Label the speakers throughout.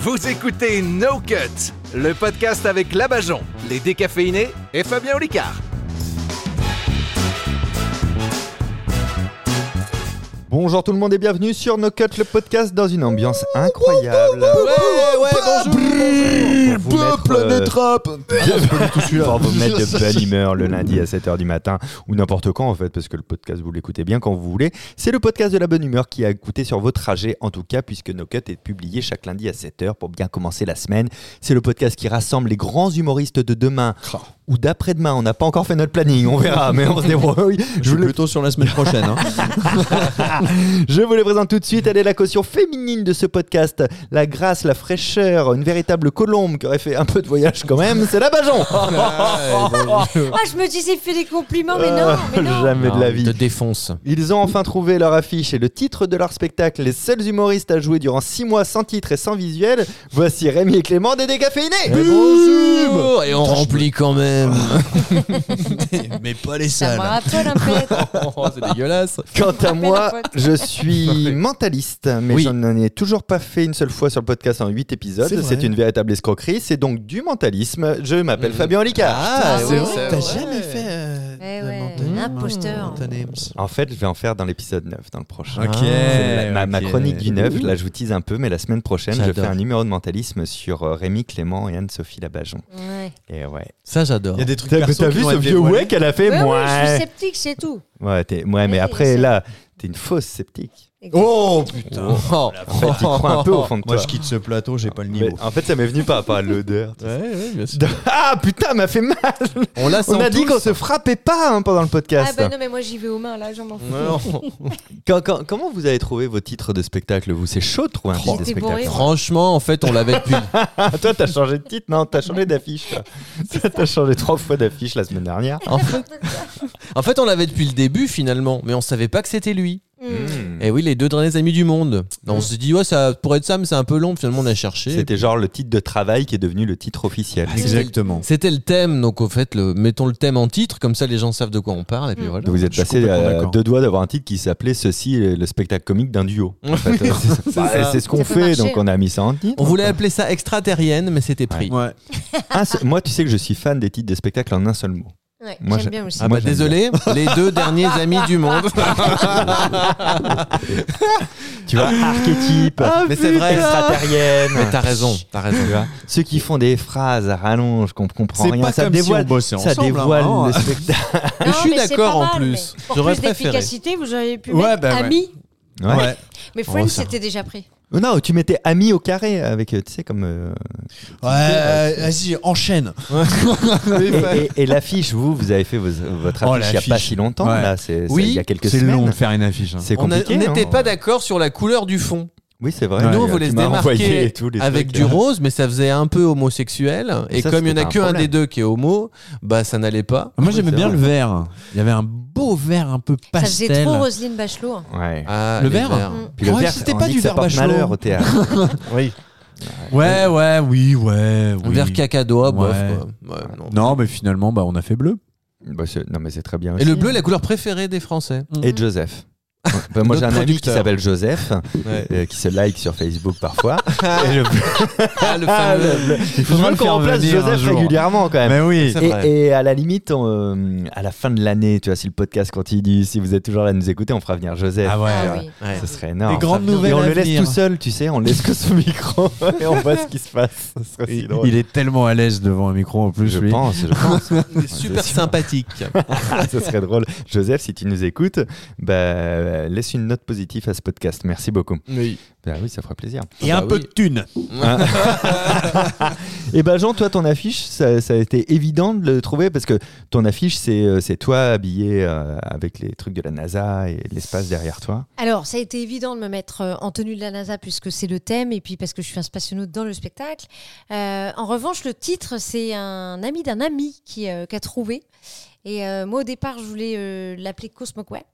Speaker 1: Vous écoutez No Cut, le podcast avec Labajon, les décaféinés et Fabien Olicard.
Speaker 2: Bonjour tout le monde et bienvenue sur No Cut, le podcast dans une ambiance incroyable.
Speaker 3: Ouais, ouais, bonjour,
Speaker 2: Pour vous mettre,
Speaker 3: Peuple
Speaker 2: euh,
Speaker 3: de trappe
Speaker 2: Pour vous mettre de belle humeur le lundi à 7h du matin ou n'importe quand en fait, parce que le podcast vous l'écoutez bien quand vous voulez. C'est le podcast de la bonne humeur qui a écouté sur vos trajets en tout cas, puisque No Cut est publié chaque lundi à 7h pour bien commencer la semaine. C'est le podcast qui rassemble les grands humoristes de demain ou d'après-demain. On n'a pas encore fait notre planning, on verra, mais on se débrouille.
Speaker 3: Je
Speaker 2: vous
Speaker 3: suis
Speaker 2: le
Speaker 3: plutôt sur la semaine prochaine. hein.
Speaker 2: Je vous les présente tout de suite. Elle est la caution féminine de ce podcast. La grâce, la fraîcheur, une véritable colombe qui aurait fait un peu de voyage quand même. C'est la Bajon.
Speaker 3: Oh,
Speaker 4: Ah, je me disais, il fait des compliments, mais non, mais non.
Speaker 2: Jamais de la vie.
Speaker 3: Te défonce.
Speaker 2: Ils ont enfin trouvé leur affiche et le titre de leur spectacle. Les seuls humoristes à jouer durant 6 mois sans titre et sans visuel. Voici Rémi et Clément des
Speaker 3: Eh
Speaker 2: décaféinés.
Speaker 3: Bonjour Et on remplit quand même. Mais pas les
Speaker 4: Ça me
Speaker 3: salles.
Speaker 4: rappelle un peu.
Speaker 3: Oh, c'est dégueulasse.
Speaker 2: Quant à
Speaker 4: Rappelle
Speaker 2: moi,
Speaker 4: la pote.
Speaker 2: je suis mentaliste, mais
Speaker 3: Oui.
Speaker 2: je n'en ai toujours pas fait une seule fois sur le podcast en 8
Speaker 3: C'est
Speaker 2: épisodes.
Speaker 3: vrai.
Speaker 2: C'est une véritable escroquerie. C'est donc du mentalisme. Je m'appelle Fabien Olicard.
Speaker 3: Ah,
Speaker 4: c'est
Speaker 3: c'est
Speaker 4: vrai,
Speaker 3: vrai.
Speaker 4: t'as
Speaker 3: T'as
Speaker 4: jamais
Speaker 3: jamais fait.
Speaker 4: Eh ouais, imposteur.
Speaker 2: En fait, je vais en faire dans l'épisode 9, dans le prochain.
Speaker 3: Ok,
Speaker 2: C'est la- ma, ma
Speaker 3: ok.
Speaker 2: chronique du 9, là je vous tease un peu, mais la semaine prochaine, je
Speaker 3: J'adore.
Speaker 2: fais un numéro de mentalisme sur euh, Rémi Clément et Anne-Sophie Labajon.
Speaker 4: Ouais.
Speaker 2: Et ouais.
Speaker 3: Ça, j'adore.
Speaker 5: Il y a des trucs perso qui vont être dévoilés.
Speaker 2: ouais qu'elle a fait
Speaker 4: Ouais,
Speaker 2: moi.
Speaker 4: ouais, je suis sceptique, c'est tout.
Speaker 2: Ouais, t'es- ouais, mais
Speaker 4: Oui,
Speaker 2: après,
Speaker 4: c'est-
Speaker 2: là, t'es une fausse sceptique.
Speaker 5: Oh putain
Speaker 3: Oh.
Speaker 2: En fait, tu crois un peu au fond de toi.
Speaker 5: Moi je quitte ce plateau, j'ai pas le
Speaker 2: Mais
Speaker 5: niveau.
Speaker 2: en fait, ça m'est venu pas par l'odeur. tu sais.
Speaker 3: Ouais, ouais, bien sûr.
Speaker 2: Ah putain, m'a fait mal.
Speaker 3: On l'a sent
Speaker 2: On a dit
Speaker 3: tous.
Speaker 2: qu'on se frappait pas hein, pendant le
Speaker 4: Ah
Speaker 2: podcast.
Speaker 4: bah non, mais moi j'y vais aux mains, là, j'en m'en fous.
Speaker 3: Non.
Speaker 2: Quand- quand- comment vous avez trouvé vos titres de spectacle Vous, c'est chaud de trouver un titre de
Speaker 4: J'étais
Speaker 2: spectacle.
Speaker 4: bourrée.
Speaker 3: Franchement, en fait, on l'avait depuis.
Speaker 2: Ah, toi, t'as changé de titre Non, t'as changé d'affiche. toi. Toi, T'as changé trois fois d'affiche la semaine dernière.
Speaker 3: En fait, en fait, on l'avait depuis le début finalement, mais on savait pas que c'était lui.
Speaker 4: Hmm.
Speaker 2: Mm.
Speaker 3: Et Eh oui, les deux derniers amis du monde. On s'est dit, ouais, ça pourrait être ça, mais c'est un peu long. Finalement, on a cherché.
Speaker 2: C'était genre le titre de travail qui est devenu le titre
Speaker 4: Ah,
Speaker 2: officiel.
Speaker 5: Ah, Exactement.
Speaker 3: C'était le thème, donc au fait, le, mettons le thème en titre, comme ça les gens savent de quoi on parle, et puis voilà.
Speaker 2: Vous êtes
Speaker 5: Je suis
Speaker 2: passé
Speaker 5: complètement
Speaker 2: à
Speaker 5: d'accord.
Speaker 2: deux doigts d'avoir un titre qui s'appelait Ceci est le spectacle comique d'un duo. En fait, euh, c'est bah,
Speaker 3: ça.
Speaker 2: c'est ce qu'on
Speaker 4: Ça peut
Speaker 2: fait,
Speaker 4: marcher.
Speaker 2: donc on a mis ça en titre.
Speaker 3: On voulait appeler ça extraterrienne, mais c'était pris.
Speaker 5: Ouais.
Speaker 2: Un seul- Ah, moi, tu sais que je suis fan des titres de spectacle en un seul mot.
Speaker 4: Ouais,
Speaker 2: Moi,
Speaker 4: j'aime
Speaker 2: j'ai-
Speaker 4: bien aussi.
Speaker 3: Ah
Speaker 2: Moi,
Speaker 3: bah
Speaker 2: j'aime Ah,
Speaker 3: désolé, les deux derniers amis du monde.
Speaker 2: Tu vois,
Speaker 5: Ah.
Speaker 2: archétype,
Speaker 3: mais c'est vrai,
Speaker 2: extraterrienne.
Speaker 3: Mais t'as raison, t'as raison.
Speaker 2: Tu vois, ceux qui font des phrases à rallonge, qu'on comprend
Speaker 5: C'est
Speaker 2: rien,
Speaker 5: pas
Speaker 2: ça
Speaker 5: comme si on
Speaker 2: dévoile,
Speaker 5: bossait
Speaker 2: ça
Speaker 5: ensemble. hein,
Speaker 2: dévoile
Speaker 5: vraiment.
Speaker 2: le spectacle.
Speaker 4: Non,
Speaker 3: je suis
Speaker 4: mais c'est
Speaker 3: d'accord
Speaker 4: pas
Speaker 3: en
Speaker 4: mal,
Speaker 3: plus.
Speaker 4: mais Pour
Speaker 3: J'aurais
Speaker 4: plus
Speaker 3: préféré.
Speaker 4: d'efficacité, vous auriez pu
Speaker 5: Ouais,
Speaker 4: mettre
Speaker 5: bah ouais.
Speaker 4: amis.
Speaker 2: Ouais.
Speaker 5: Ouais.
Speaker 4: Mais
Speaker 3: Oh,
Speaker 4: Friends,
Speaker 3: ça va.
Speaker 4: c'était déjà pris.
Speaker 2: Euh, Non, tu mettais ami au carré avec, euh, tu sais, comme. euh,
Speaker 5: Ouais, euh, vas-y, enchaîne.
Speaker 2: Et,
Speaker 3: bah.
Speaker 2: et- et l'affiche, vous, vous avez fait vos- votre
Speaker 5: Oh,
Speaker 2: affiche il n'y a pas
Speaker 5: l'affiche.
Speaker 2: si longtemps,
Speaker 5: Ouais.
Speaker 2: là, c'est c'est-
Speaker 3: Oui,
Speaker 2: il y a quelques
Speaker 5: C'est long
Speaker 2: semaines.
Speaker 5: de faire une affiche. hein.
Speaker 2: C'est
Speaker 3: On a-
Speaker 2: compliqué.
Speaker 3: on n'était
Speaker 2: hein.
Speaker 3: pas d'accord sur la couleur du fond.
Speaker 2: Oui, c'est vrai.
Speaker 3: Nous, on
Speaker 2: Tu
Speaker 3: voulait se
Speaker 2: m'as envoyé
Speaker 3: démarquer
Speaker 2: tous les
Speaker 3: avec
Speaker 2: trucs,
Speaker 3: du
Speaker 2: là.
Speaker 3: rose, mais ça faisait un peu homosexuel. Et
Speaker 2: Ça,
Speaker 3: comme il n'y en
Speaker 2: c'était
Speaker 3: a
Speaker 2: un
Speaker 3: qu'un
Speaker 2: problème.
Speaker 3: des deux qui est homo, bah ça n'allait
Speaker 5: Ah,
Speaker 3: pas.
Speaker 5: Moi
Speaker 2: Oui,
Speaker 5: j'aimais
Speaker 2: c'est
Speaker 5: bien
Speaker 2: vrai.
Speaker 5: le vert. Il y avait un beau vert un peu
Speaker 4: Ça
Speaker 5: pastel.
Speaker 4: faisait trop Roselyne Bachelot. hein.
Speaker 2: Ouais.
Speaker 3: Ah,
Speaker 5: Le
Speaker 3: les
Speaker 5: vert
Speaker 3: verts.
Speaker 4: Mm.
Speaker 2: Puis le
Speaker 5: Ouais,
Speaker 2: vert,
Speaker 5: c'était
Speaker 2: on
Speaker 5: pas
Speaker 2: dit
Speaker 5: du
Speaker 2: que ça
Speaker 5: vert
Speaker 2: porte
Speaker 5: bachelot.
Speaker 2: malheur au théâtre. oui.
Speaker 5: Ouais, ouais, oui, ouais.
Speaker 3: Un
Speaker 5: oui.
Speaker 3: vert cacadois, bof.
Speaker 5: Ouais.
Speaker 3: quoi. Ouais, non.
Speaker 5: Non, mais finalement, bah, on a fait bleu.
Speaker 2: Bah, c'est- non, mais c'est très bien.
Speaker 3: Et
Speaker 2: aussi.
Speaker 3: le bleu est la couleur préférée des
Speaker 2: Et
Speaker 3: Français.
Speaker 2: Joseph. Ouais. Bah, moi, j'ai un ami
Speaker 3: Notre
Speaker 2: qui
Speaker 3: producteur.
Speaker 2: s'appelle Joseph,
Speaker 3: Ouais.
Speaker 2: euh, qui se like sur Facebook parfois. Et le bleu-
Speaker 3: Ah, le
Speaker 2: Ah,
Speaker 3: fameux.
Speaker 2: le bleu. Il
Speaker 5: faudra
Speaker 2: faut
Speaker 5: le
Speaker 2: qu'on
Speaker 5: faire
Speaker 2: remplace
Speaker 5: venir un
Speaker 2: Joseph
Speaker 5: jour.
Speaker 2: régulièrement quand même.
Speaker 5: Ah, Mais oui.
Speaker 3: C'est vrai.
Speaker 2: Et, et à la limite, on, euh, à la fin de l'année, tu vois, si le podcast continue, si vous êtes toujours là à nous écouter, on fera venir Joseph.
Speaker 5: Ah ouais.
Speaker 4: Ah
Speaker 5: ouais.
Speaker 4: oui.
Speaker 3: Ouais.
Speaker 2: Ce serait énorme.
Speaker 5: Les grandes
Speaker 3: ça vient.
Speaker 2: Et
Speaker 5: nouvelles
Speaker 2: on
Speaker 5: à
Speaker 2: le laisse
Speaker 5: venir.
Speaker 2: tout seul, tu sais, on laisse que son micro et on voit ce qui se passe. Ce serait si
Speaker 5: Il,
Speaker 2: drôle.
Speaker 5: il est tellement à l'aise devant un micro en plus.
Speaker 2: je
Speaker 5: lui.
Speaker 2: pense, je pense.
Speaker 3: Il est super
Speaker 2: C'est sûr.
Speaker 3: sympathique.
Speaker 2: Ah, ce serait drôle. Joseph, si tu nous écoutes, bah, laisse une note positive à ce podcast. Merci beaucoup.
Speaker 3: Oui.
Speaker 2: Bah oui, ça fera plaisir.
Speaker 5: Et
Speaker 3: Ah
Speaker 5: un
Speaker 3: bah
Speaker 5: peu
Speaker 3: oui.
Speaker 5: de thunes.
Speaker 2: Et ben Jean, toi, ton affiche, ça, ça a été évident de le trouver parce que ton affiche, c'est euh, c'est toi habillé euh, avec les trucs de la NASA et l'espace derrière toi.
Speaker 4: Alors, ça a été évident de me mettre euh, en tenue de la NASA puisque c'est le thème et puis parce que je suis un spationaute dans le spectacle. Euh, en revanche, le titre, c'est un ami d'un ami qui, euh, qui a trouvé. Et euh, moi, au départ, je voulais euh, l'appeler Cosmoquet.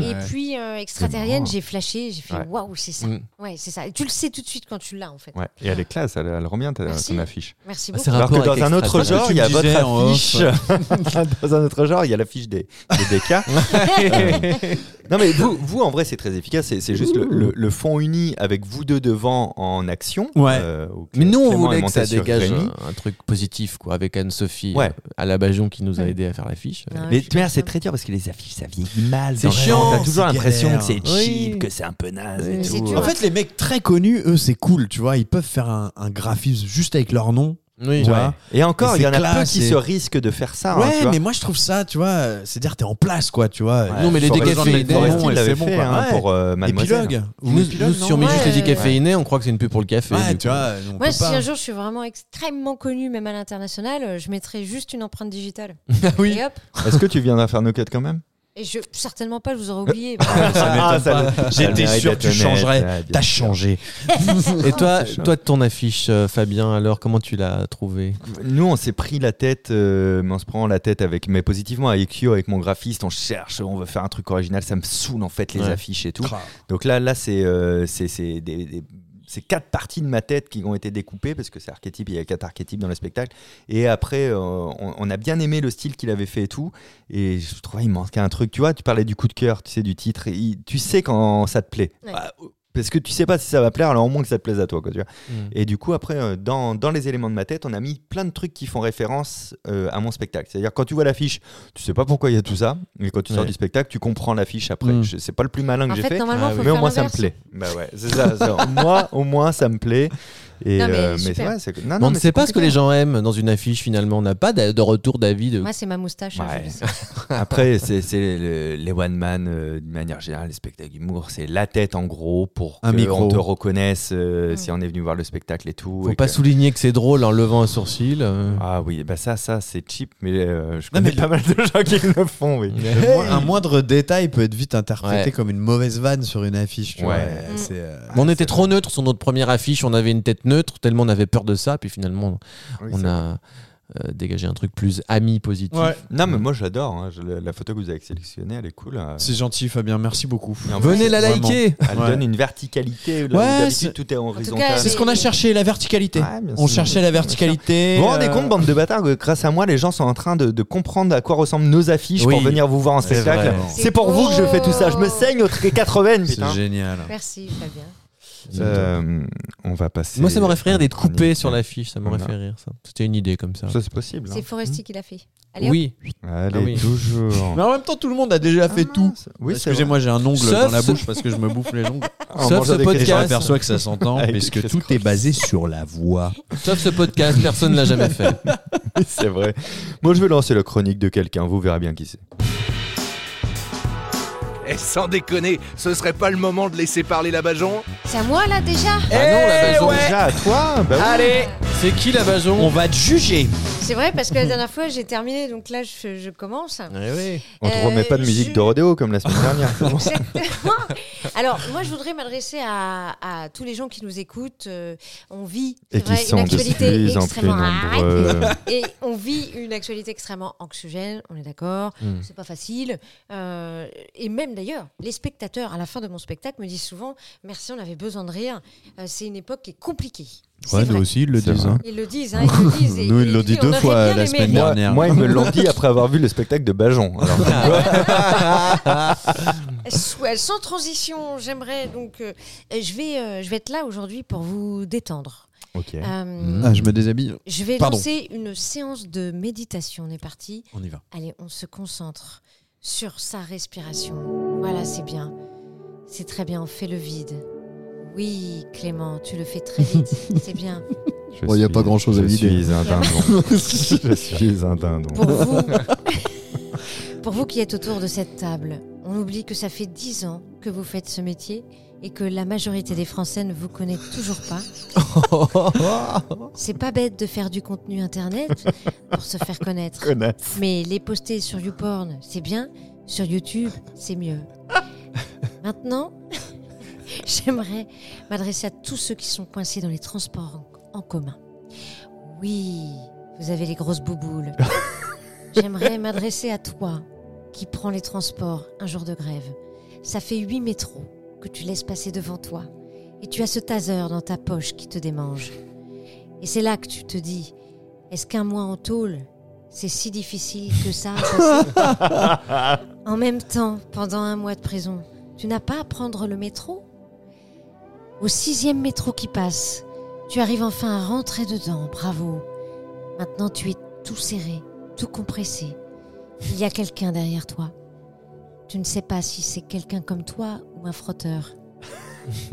Speaker 4: Et
Speaker 5: Ouais.
Speaker 4: puis, euh, extraterrienne,
Speaker 5: marrant.
Speaker 4: j'ai flashé, j'ai fait
Speaker 2: Ouais.
Speaker 4: waouh, c'est ça.
Speaker 3: Mm.
Speaker 4: Ouais, c'est ça. Et tu le sais tout de suite quand tu l'as, en fait.
Speaker 2: Ouais. Et elle est classe, elle, elle rend bien ta,
Speaker 4: Merci.
Speaker 2: ton affiche.
Speaker 3: Ah,
Speaker 4: Merci beaucoup.
Speaker 3: c'est
Speaker 2: Alors que
Speaker 3: rapport
Speaker 2: dans
Speaker 3: avec
Speaker 2: un autre
Speaker 3: Extraterrestre.
Speaker 2: genre,
Speaker 5: Tu
Speaker 2: il y a
Speaker 5: me disais en
Speaker 2: votre
Speaker 5: off.
Speaker 2: affiche. dans un autre genre, il y a l'affiche des, des DK. non mais vous, vous, en vrai, c'est très efficace. C'est, c'est juste le, le- le fond uni avec vous deux devant en action.
Speaker 5: Ouais.
Speaker 2: euh, au
Speaker 3: Mais nous, on
Speaker 2: Clément et
Speaker 3: voulait que ça
Speaker 2: Montessur
Speaker 3: dégage euh,
Speaker 2: réunis.
Speaker 3: un, un truc positif, quoi, avec Anne-Sophie
Speaker 2: Ouais.
Speaker 3: euh, à la Bajon qui nous a aidé à faire l'affiche.
Speaker 4: Ouais,
Speaker 2: Mais
Speaker 4: je suis
Speaker 2: tu vois,
Speaker 4: comme
Speaker 2: c'est
Speaker 4: ça.
Speaker 2: très dur parce que les affiches, ça vieillit mal.
Speaker 5: C'est
Speaker 2: dans le
Speaker 5: chiant,
Speaker 2: temps. T'as toujours
Speaker 5: c'est
Speaker 2: l'impression
Speaker 5: galère.
Speaker 2: que c'est
Speaker 3: Oui.
Speaker 2: chill, que c'est un peu naze. et
Speaker 4: Mais c'est
Speaker 2: tout.
Speaker 4: dur.
Speaker 5: En fait, les mecs très connus, eux, c'est cool, tu vois. Ils peuvent faire un, un graphisme juste avec leur nom.
Speaker 3: Oui,
Speaker 5: Ouais.
Speaker 3: ouais.
Speaker 2: Et encore,
Speaker 5: Mais
Speaker 2: il y en
Speaker 5: c'est
Speaker 2: a peu
Speaker 5: classe,
Speaker 2: qui
Speaker 5: c'est-
Speaker 2: se risquent de faire ça. hein, tu
Speaker 5: ouais,
Speaker 2: vois.
Speaker 5: mais moi, je trouve ça, tu vois, euh, c'est-à-dire, t'es en place, quoi, tu vois.
Speaker 2: Ouais,
Speaker 3: Non, mais les
Speaker 2: Forrest-
Speaker 3: décaféinés,
Speaker 2: Forrest
Speaker 5: non,
Speaker 2: Hill
Speaker 5: et
Speaker 2: l'avait
Speaker 5: c'est bon,
Speaker 2: fait
Speaker 5: quoi.
Speaker 2: hein,
Speaker 5: Ouais.
Speaker 2: pour euh, Mademoiselle.
Speaker 5: Épilogue. Ou
Speaker 3: Nous,
Speaker 5: épilogue,
Speaker 3: nous,
Speaker 5: non
Speaker 3: si on met
Speaker 4: Ouais.
Speaker 3: juste les décaféinés, on croit que c'est une pub pour le café.
Speaker 5: Ouais,
Speaker 3: du
Speaker 5: tu
Speaker 3: coup.
Speaker 5: vois, on peut
Speaker 4: Moi, si
Speaker 5: pas.
Speaker 4: un jour je suis vraiment extrêmement connue, même à l'international, euh, je mettrai juste une empreinte digitale.
Speaker 3: Ah oui.
Speaker 4: Et hop.
Speaker 2: Est-ce que tu viendras faire nos cuts quand même
Speaker 4: Et je, certainement pas, je vous aurais oublié.
Speaker 2: Ah, ça le- ça le
Speaker 5: J'étais
Speaker 2: mérite
Speaker 5: sûr
Speaker 2: d'être
Speaker 5: que tu
Speaker 2: honnête,
Speaker 5: changerais.
Speaker 2: ouais, bien
Speaker 5: T'as
Speaker 2: sûr.
Speaker 5: changé.
Speaker 3: Et toi,
Speaker 2: C'est chaud.
Speaker 3: toi, ton affiche, euh, Fabien, alors, comment tu l'as trouvée
Speaker 2: Nous, on s'est pris la tête, euh, mais on se prend la tête avec, mais positivement avec Kyo, avec mon graphiste, on cherche, on veut faire un truc original, ça me saoule en fait les
Speaker 3: Ouais.
Speaker 2: affiches et tout. Donc là, là c'est euh, c'est- c'est des- des- c'est quatre parties de ma tête qui ont été découpées parce que c'est archétype, il y a quatre archétypes dans le spectacle. Et après, euh, on, on a bien aimé le style qu'il avait fait et tout. Et je trouvais il manquait un truc. Tu vois, tu parlais du coup de cœur, tu sais, du titre. et il- tu sais quand ça te plaît.
Speaker 4: Ouais.
Speaker 2: Ah, Parce que tu sais pas si ça va plaire, alors au moins que ça te plaise à toi. Quoi, tu vois.
Speaker 3: Mm.
Speaker 2: Et du coup, après, euh, dans, dans les éléments de ma tête, on a mis plein de trucs qui font référence euh, à mon spectacle. C'est-à-dire, quand tu vois l'affiche, tu sais pas pourquoi il y a tout ça, mais quand tu sors
Speaker 3: Ouais.
Speaker 2: du spectacle, tu comprends l'affiche après.
Speaker 3: Mm.
Speaker 2: Je- C'est pas le plus malin que
Speaker 4: En
Speaker 2: j'ai
Speaker 4: fait,
Speaker 2: fait,
Speaker 4: normalement,
Speaker 3: Ah
Speaker 4: faut
Speaker 3: oui.
Speaker 2: mais au
Speaker 4: faire
Speaker 2: moins ça me
Speaker 4: l'inverse.
Speaker 2: plaît. Bah ouais, c'est ça. c'est- moi, au moins, ça me plaît. Et,
Speaker 4: Non, mais
Speaker 2: euh,
Speaker 4: super.
Speaker 2: c'est- ouais, c'est- non,
Speaker 3: Mais
Speaker 2: non,
Speaker 3: On ne
Speaker 2: mais
Speaker 3: sait
Speaker 2: c'est
Speaker 3: pas ce que les
Speaker 2: compliqué.
Speaker 3: gens aiment dans une affiche, finalement. On n'a pas d'a- de retour d'avis de.
Speaker 4: Moi, c'est ma moustache.
Speaker 2: Ouais.
Speaker 4: je le sais.
Speaker 2: Après, c'est c'est le- les one man euh, d'une manière générale, les spectacles d'humour, c'est la tête en gros pour
Speaker 5: Un
Speaker 2: qu'on
Speaker 5: micro.
Speaker 2: te reconnaisse euh,
Speaker 4: Mm.
Speaker 2: si on est venu voir le spectacle et tout.
Speaker 3: Faut
Speaker 2: et
Speaker 3: pas
Speaker 2: que-
Speaker 3: souligner que c'est drôle en levant un sourcil. euh.
Speaker 2: Ah oui, bah ça, ça c'est cheap, mais euh, je
Speaker 5: Non,
Speaker 2: connais
Speaker 5: mais
Speaker 2: pas mal de gens qui le font. Oui.
Speaker 3: Ouais.
Speaker 5: Le mo- Un moindre détail peut être vite interprété
Speaker 3: Ouais.
Speaker 5: comme une mauvaise vanne sur une affiche. Tu
Speaker 2: Ouais.
Speaker 5: vois.
Speaker 4: Mm.
Speaker 5: C'est, euh,
Speaker 3: Mais on était trop neutre sur notre première affiche, on avait une tête neutre, tellement on avait peur de ça, puis finalement on a euh, dégagé un truc plus ami positif.
Speaker 5: Ouais.
Speaker 2: Non, mais moi j'adore. hein, je- la la photo que vous avez sélectionnée, elle est cool. hein.
Speaker 5: C'est gentil, Fabien. Merci beaucoup.
Speaker 2: Et en plus,
Speaker 3: Venez la
Speaker 5: Vraiment.
Speaker 3: liker
Speaker 2: Elle
Speaker 5: Ouais.
Speaker 2: donne une verticalité. Là, où
Speaker 5: Ouais,
Speaker 2: d'habitude,
Speaker 5: c'est-
Speaker 2: tout est horizontal.
Speaker 4: cas,
Speaker 5: C'est ce qu'on a cherché, la verticalité.
Speaker 2: Ouais, bien
Speaker 5: On
Speaker 2: sûr.
Speaker 5: cherchait la verticalité.
Speaker 2: Vous vous rendez
Speaker 5: euh,
Speaker 2: compte, bande de bâtards, que grâce à moi, les gens sont en train de, de comprendre à quoi ressemblent nos affiches
Speaker 3: Oui.
Speaker 2: pour venir vous voir en spectacle.
Speaker 3: vrai.
Speaker 2: C'est pour
Speaker 4: C'est
Speaker 2: vous que je fais tout ça. Je me
Speaker 4: beau.
Speaker 2: saigne aux tr- quatre veines,
Speaker 5: C'est
Speaker 2: putain.
Speaker 5: génial.
Speaker 4: Merci, Fabien.
Speaker 2: Euh, on va passer.
Speaker 3: Moi ça m'aurait fait rire d'être
Speaker 2: chronique.
Speaker 3: coupé sur l'affiche, ça m'aurait
Speaker 2: Voilà.
Speaker 3: fait rire ça. C'était une idée comme ça.
Speaker 2: Ça, c'est possible. hein.
Speaker 4: C'est Foresti qui l'a fait. Allez, hop.
Speaker 3: Oui,
Speaker 2: Allez,
Speaker 3: Ah oui.
Speaker 2: toujours.
Speaker 5: Mais en même temps, tout le monde a déjà fait
Speaker 2: Ah,
Speaker 5: tout.
Speaker 2: mince. Oui, c'est vrai.
Speaker 5: Excusez-moi, j'ai un ongle
Speaker 3: Sauf
Speaker 5: dans la
Speaker 3: ce-
Speaker 5: bouche parce que je me bouffe les ongles.
Speaker 2: En
Speaker 3: Sauf
Speaker 2: mangeant
Speaker 3: ce
Speaker 2: des
Speaker 5: Et je
Speaker 3: podcast.
Speaker 5: m'aperçois que ça s'entend
Speaker 2: Avec
Speaker 5: puisque
Speaker 2: Chris
Speaker 5: tout est basé sur la voix.
Speaker 3: sauf ce podcast, personne ne l'a jamais fait.
Speaker 2: C'est vrai. Moi, je vais lancer la chronique de quelqu'un. Vous verrez bien qui c'est.
Speaker 1: Et sans déconner, ce serait pas le moment de laisser parler Eh la Bajon
Speaker 4: C'est à moi là déjà
Speaker 2: Eh.
Speaker 3: Ah non, la
Speaker 4: Eh
Speaker 3: Bajon.
Speaker 2: Déjà à toi bah oui.
Speaker 3: Allez, c'est qui la Bajon
Speaker 5: va te juger.
Speaker 4: C'est vrai parce que la dernière fois j'ai terminé, donc là je, je commence.
Speaker 5: Eh
Speaker 2: On te
Speaker 4: Euh,
Speaker 2: remet pas de musique
Speaker 4: je-
Speaker 2: de rodéo comme la semaine dernière.
Speaker 4: Exactement. Alors, moi, je voudrais m'adresser à, à tous les gens qui nous écoutent. Euh, on vit c'est
Speaker 2: Et qui
Speaker 4: vrai,
Speaker 2: sont
Speaker 4: une
Speaker 2: de
Speaker 4: actualité
Speaker 2: plus en plus
Speaker 4: extrêmement
Speaker 2: nombreux.
Speaker 4: et on vit une actualité extrêmement anxiogène. On est d'accord.
Speaker 2: Hmm.
Speaker 3: Mm.
Speaker 4: C'est pas facile. Euh, et même d'ailleurs, les spectateurs à la fin de mon spectacle me disent souvent "Merci, on avait besoin de rire. Euh, c'est une époque qui est compliquée." C'est
Speaker 5: Ouais, nous
Speaker 4: vrai.
Speaker 5: aussi, ils le
Speaker 2: C'est
Speaker 5: disent.
Speaker 2: vrai.
Speaker 5: hein.
Speaker 4: Ils le disent. Hein, ils le disent et-
Speaker 5: Nous, ils
Speaker 4: et
Speaker 5: l'ont dit deux
Speaker 4: on aurait
Speaker 5: fois
Speaker 4: bien
Speaker 5: la
Speaker 4: aimé.
Speaker 5: semaine
Speaker 2: Moi,
Speaker 5: Dernière.
Speaker 2: moi, ils me l'ont dit après avoir vu le spectacle de Bajon. Alors,
Speaker 4: Soit- Sans transition, j'aimerais donc. euh, je, vais, euh, je vais être là aujourd'hui pour vous détendre.
Speaker 2: ok.
Speaker 4: Euh,
Speaker 5: Ah, je me déshabille.
Speaker 4: Je vais
Speaker 5: Pardon.
Speaker 4: lancer une séance de méditation. On est parti.
Speaker 5: On y va.
Speaker 4: Allez, on se concentre sur sa respiration. Voilà, c'est bien. C'est très bien, on fait le vide. Oui, Clément, tu le fais très vite. c'est bien.
Speaker 2: Je
Speaker 5: Bon, y a
Speaker 2: suis-
Speaker 5: pas grand-chose à
Speaker 2: Je
Speaker 5: vider.
Speaker 2: suis un dindon. je suis un dindon.
Speaker 4: Pour vous, pour vous qui êtes autour de cette table, on oublie que ça fait 10 ans que vous faites ce métier et que la majorité des Français ne vous connaît toujours pas. C'est pas bête de faire du contenu internet pour se faire connaître.
Speaker 2: Connasse.
Speaker 4: Mais les poster sur YouPorn, c'est bien. Sur YouTube, c'est mieux. Maintenant, j'aimerais m'adresser à tous ceux qui sont coincés dans les transports en, en commun. Oui, vous avez les grosses bouboules. J'aimerais m'adresser à toi qui prends les transports un jour de grève. ça fait huit métros que tu laisses passer devant toi. Et tu as ce taser dans ta poche qui te démange. Et c'est là que tu te dis, est-ce qu'un mois en tôle, c'est si difficile que ça à passer En même temps, pendant un mois de prison, tu n'as pas à prendre le métro. Au sixième métro qui passe, tu arrives enfin à rentrer dedans, bravo. Maintenant tu es tout serré, tout compressé. Il y a quelqu'un derrière toi. Tu ne sais pas si c'est quelqu'un comme toi ou un frotteur.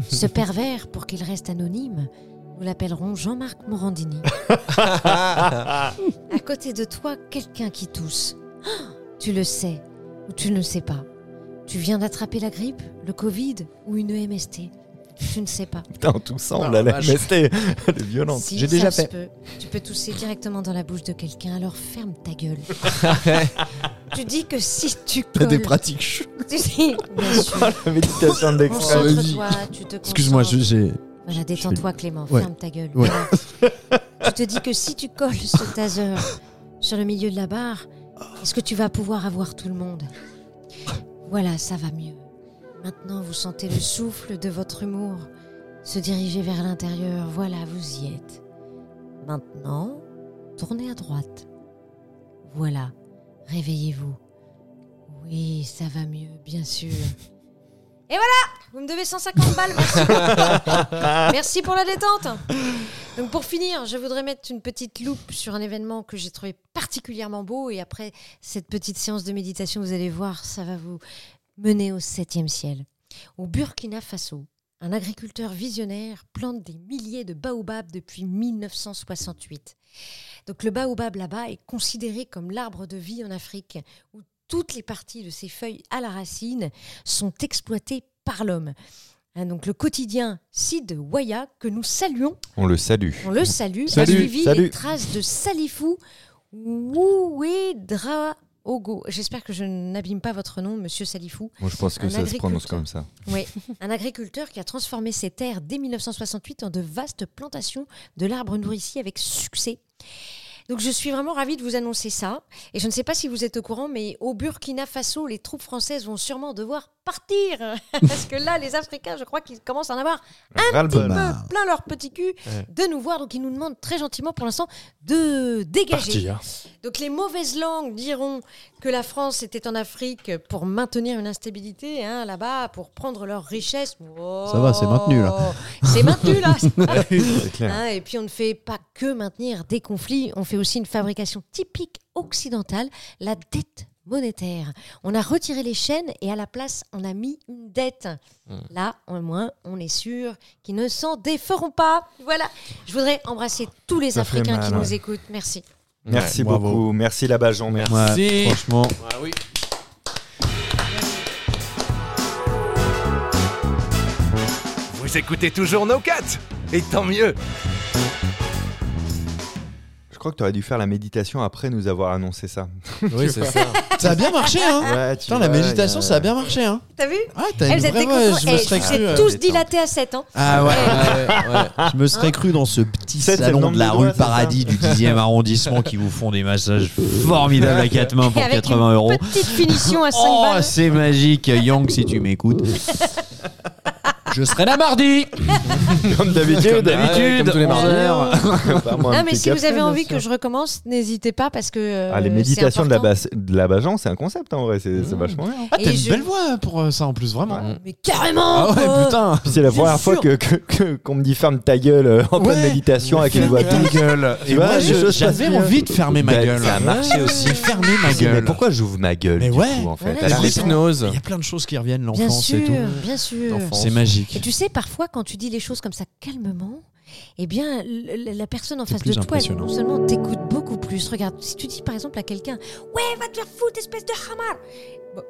Speaker 4: Ce pervers, pour qu'il reste anonyme, nous l'appellerons Jean-Marc Morandini. à côté de toi, quelqu'un qui tousse. Ah, Tu le sais ou tu ne le sais pas. Tu viens d'attraper la grippe, le Covid ou une E MST. Tu ne sais pas.
Speaker 2: Putain, en toussant,
Speaker 5: Ah,
Speaker 2: on l'a la
Speaker 5: vache.
Speaker 2: MST. Elle est violente.
Speaker 4: Si,
Speaker 2: J'ai
Speaker 4: ça
Speaker 2: déjà
Speaker 4: se
Speaker 2: fait.
Speaker 4: peut. Tu peux tousser directement dans la bouche de quelqu'un, alors ferme ta gueule. tu dis que si tu
Speaker 5: T'as
Speaker 4: colles...
Speaker 5: des pratiques. chou-
Speaker 4: tu dis, bien sûr.
Speaker 2: La méditation de l'extrême.
Speaker 4: Concentre-toi, tu te
Speaker 5: Excuse-moi, je-
Speaker 4: concentres.
Speaker 5: j'ai.
Speaker 4: Voilà, détends-toi, Clément,
Speaker 5: Ouais.
Speaker 4: ferme ta gueule.
Speaker 5: Ouais.
Speaker 4: Voilà. tu te dis que si tu colles ce taser sur le milieu de la barre, est-ce que tu vas pouvoir avoir tout le monde Voilà, ça va mieux. Maintenant, vous sentez le souffle de votre humour se diriger vers l'intérieur. Voilà, vous y êtes. Maintenant, tournez à droite. Voilà, réveillez-vous. Oui, ça va mieux, bien sûr. Et voilà, vous me devez 150 balles, merci. Merci pour la détente. Donc pour finir, je voudrais mettre une petite loupe sur un événement que j'ai trouvé particulièrement beau et après cette petite séance de méditation, vous allez voir, ça va vous mener au septième ciel. Au Burkina Faso, un agriculteur visionnaire plante des milliers de baobabs depuis 1968. Donc le baobab là-bas est considéré comme l'arbre de vie en Afrique où toutes les parties de ses feuilles à la racine sont exploitées par l'homme. Hein, donc le quotidien Sid Waya que nous saluons
Speaker 2: On le salue.
Speaker 4: on le salue.
Speaker 5: Salut,
Speaker 4: a suivi
Speaker 2: salut.
Speaker 4: les traces de Salifou Ouedraogo. J'espère que je n'abîme pas votre nom, monsieur Salifou.
Speaker 2: Moi, je pense que
Speaker 4: Un
Speaker 2: ça se prononce
Speaker 4: agriculteur.
Speaker 2: comme ça.
Speaker 4: Oui, un agriculteur qui a transformé ses terres dès 1968 en de vastes plantations de l'arbre nourricier avec succès. Donc je suis vraiment ravie de vous annoncer ça. Et je ne sais pas si vous êtes au courant, mais au Burkina Faso, les troupes françaises vont sûrement devoir partir. Parce que là, les Africains, je crois qu'ils commencent à en avoir
Speaker 2: Ras-le-bol.
Speaker 5: Bah.
Speaker 4: peu plein leur petit cul de nous voir. Donc ils nous demandent très gentiment pour l'instant de dégager.
Speaker 2: hein.
Speaker 4: Donc les mauvaises langues diront que la France était en Afrique pour maintenir une instabilité hein, là-bas, pour prendre leurs richesses. Oh,
Speaker 5: Ça va, c'est maintenu, là.
Speaker 4: C'est maintenu là.
Speaker 2: C'est clair.
Speaker 4: Hein, et puis on ne fait pas que maintenir des conflits, on fait aussi une fabrication typique occidentale, la dette monétaire. On a retiré les chaînes et à la place on a mis une dette. Là, au moins, on est sûr qu'ils ne s'en déferont pas. Voilà. Je voudrais embrasser tous les
Speaker 2: Ça fait
Speaker 4: Africains
Speaker 2: mal,
Speaker 4: qui
Speaker 2: ouais.
Speaker 4: nous écoutent. Merci.
Speaker 2: Merci
Speaker 5: Ouais, bravo.
Speaker 2: beaucoup. Merci Labajon. Merci.
Speaker 5: Ouais,
Speaker 3: Si.
Speaker 5: franchement.
Speaker 1: Vous écoutez toujours No Cut Et tant mieux
Speaker 2: Je crois que tu aurais dû faire la méditation après nous avoir annoncé ça.
Speaker 3: Oui, c'est ça.
Speaker 5: Ça a bien marché, hein
Speaker 4: Ah.
Speaker 2: Ouais, tu
Speaker 5: Putain, la
Speaker 2: vois,
Speaker 5: méditation,
Speaker 2: il y a-
Speaker 5: ça a bien marché, hein
Speaker 4: T'as vu
Speaker 5: Ah, t'as une
Speaker 4: Elles étaient
Speaker 5: vraie
Speaker 4: contentes.
Speaker 5: voix, je me
Speaker 4: Eh,
Speaker 5: serais
Speaker 4: vous
Speaker 5: cru.
Speaker 4: êtes
Speaker 5: euh,
Speaker 4: tous
Speaker 2: détente.
Speaker 4: dilatés à hein. 7 ans.
Speaker 5: Ah ouais,
Speaker 3: Ouais, ouais.
Speaker 5: je me serais cru dans ce petit
Speaker 2: Sept, c'est le
Speaker 5: salon
Speaker 2: nombre
Speaker 5: de la
Speaker 2: de
Speaker 5: rue
Speaker 2: doigts, c'est
Speaker 5: Paradis du 10e arrondissement qui vous font des massages formidables à quatre mains
Speaker 4: Et
Speaker 5: pour
Speaker 4: avec
Speaker 5: 80
Speaker 4: une
Speaker 5: euros.
Speaker 4: petite finition à 5
Speaker 5: Oh,
Speaker 4: balles.
Speaker 5: c'est magique, Yang, si tu m'écoutes. Je serai là mardi
Speaker 2: Comme d'habitude.
Speaker 5: Comme
Speaker 3: Ouais,
Speaker 5: d'habitude,
Speaker 3: comme tous les
Speaker 5: 11
Speaker 3: mardis.
Speaker 5: heures.
Speaker 4: Ah, mais si vous avez envie que je recommence, n'hésitez pas parce que. euh,
Speaker 2: Ah, les
Speaker 4: c'est
Speaker 2: méditations de la,
Speaker 4: important. Mmh.
Speaker 2: basse- de la Bajan, c'est un concept en vrai, c'est c'est vachement bien.
Speaker 5: Ah, T'as
Speaker 4: Et
Speaker 5: une
Speaker 4: je-
Speaker 5: belle voix pour euh, ça en plus, vraiment.
Speaker 4: Mais carrément
Speaker 5: Ah ouais,
Speaker 4: quoi.
Speaker 5: putain
Speaker 2: Puis c'est la
Speaker 4: Bien
Speaker 2: première
Speaker 4: sûr.
Speaker 2: fois qu'on que, que- qu'on me dit ferme ta gueule euh, en pleine
Speaker 5: Ouais.
Speaker 2: méditation avec une
Speaker 5: Ferme
Speaker 2: voix
Speaker 5: ta
Speaker 2: douce.
Speaker 5: gueule
Speaker 2: Tu
Speaker 5: Et
Speaker 2: vois,
Speaker 5: moi,
Speaker 2: les
Speaker 5: je-
Speaker 2: choses
Speaker 5: j'avais
Speaker 2: passent
Speaker 5: envie de fermer ma
Speaker 2: Ben,
Speaker 5: gueule.
Speaker 2: ça a marché aussi.
Speaker 5: J'ai fermé ma
Speaker 2: Je dis, Mais
Speaker 5: gueule.
Speaker 2: pourquoi j'ouvre ma gueule
Speaker 5: Mais
Speaker 2: du
Speaker 5: ouais.
Speaker 2: coup, en fait Alors,
Speaker 4: Voilà, c'est-
Speaker 3: L'hypnose.
Speaker 5: Il y a plein de choses qui reviennent,
Speaker 4: Bien
Speaker 5: l'enfance et tout.
Speaker 4: sûr, bien sûr.
Speaker 3: L'enfance.
Speaker 5: C'est
Speaker 4: Et
Speaker 5: magique.
Speaker 4: tu sais, parfois, quand tu dis les choses comme ça calmement, eh bien, l- l- la personne en
Speaker 5: C'est
Speaker 4: face de
Speaker 5: plus
Speaker 4: toi, elle,
Speaker 5: impressionnant.
Speaker 4: non seulement t'écoute beaucoup plus. Regarde, si tu dis par exemple à quelqu'un « Ouais, va te faire foutre, espèce de hamar Bon.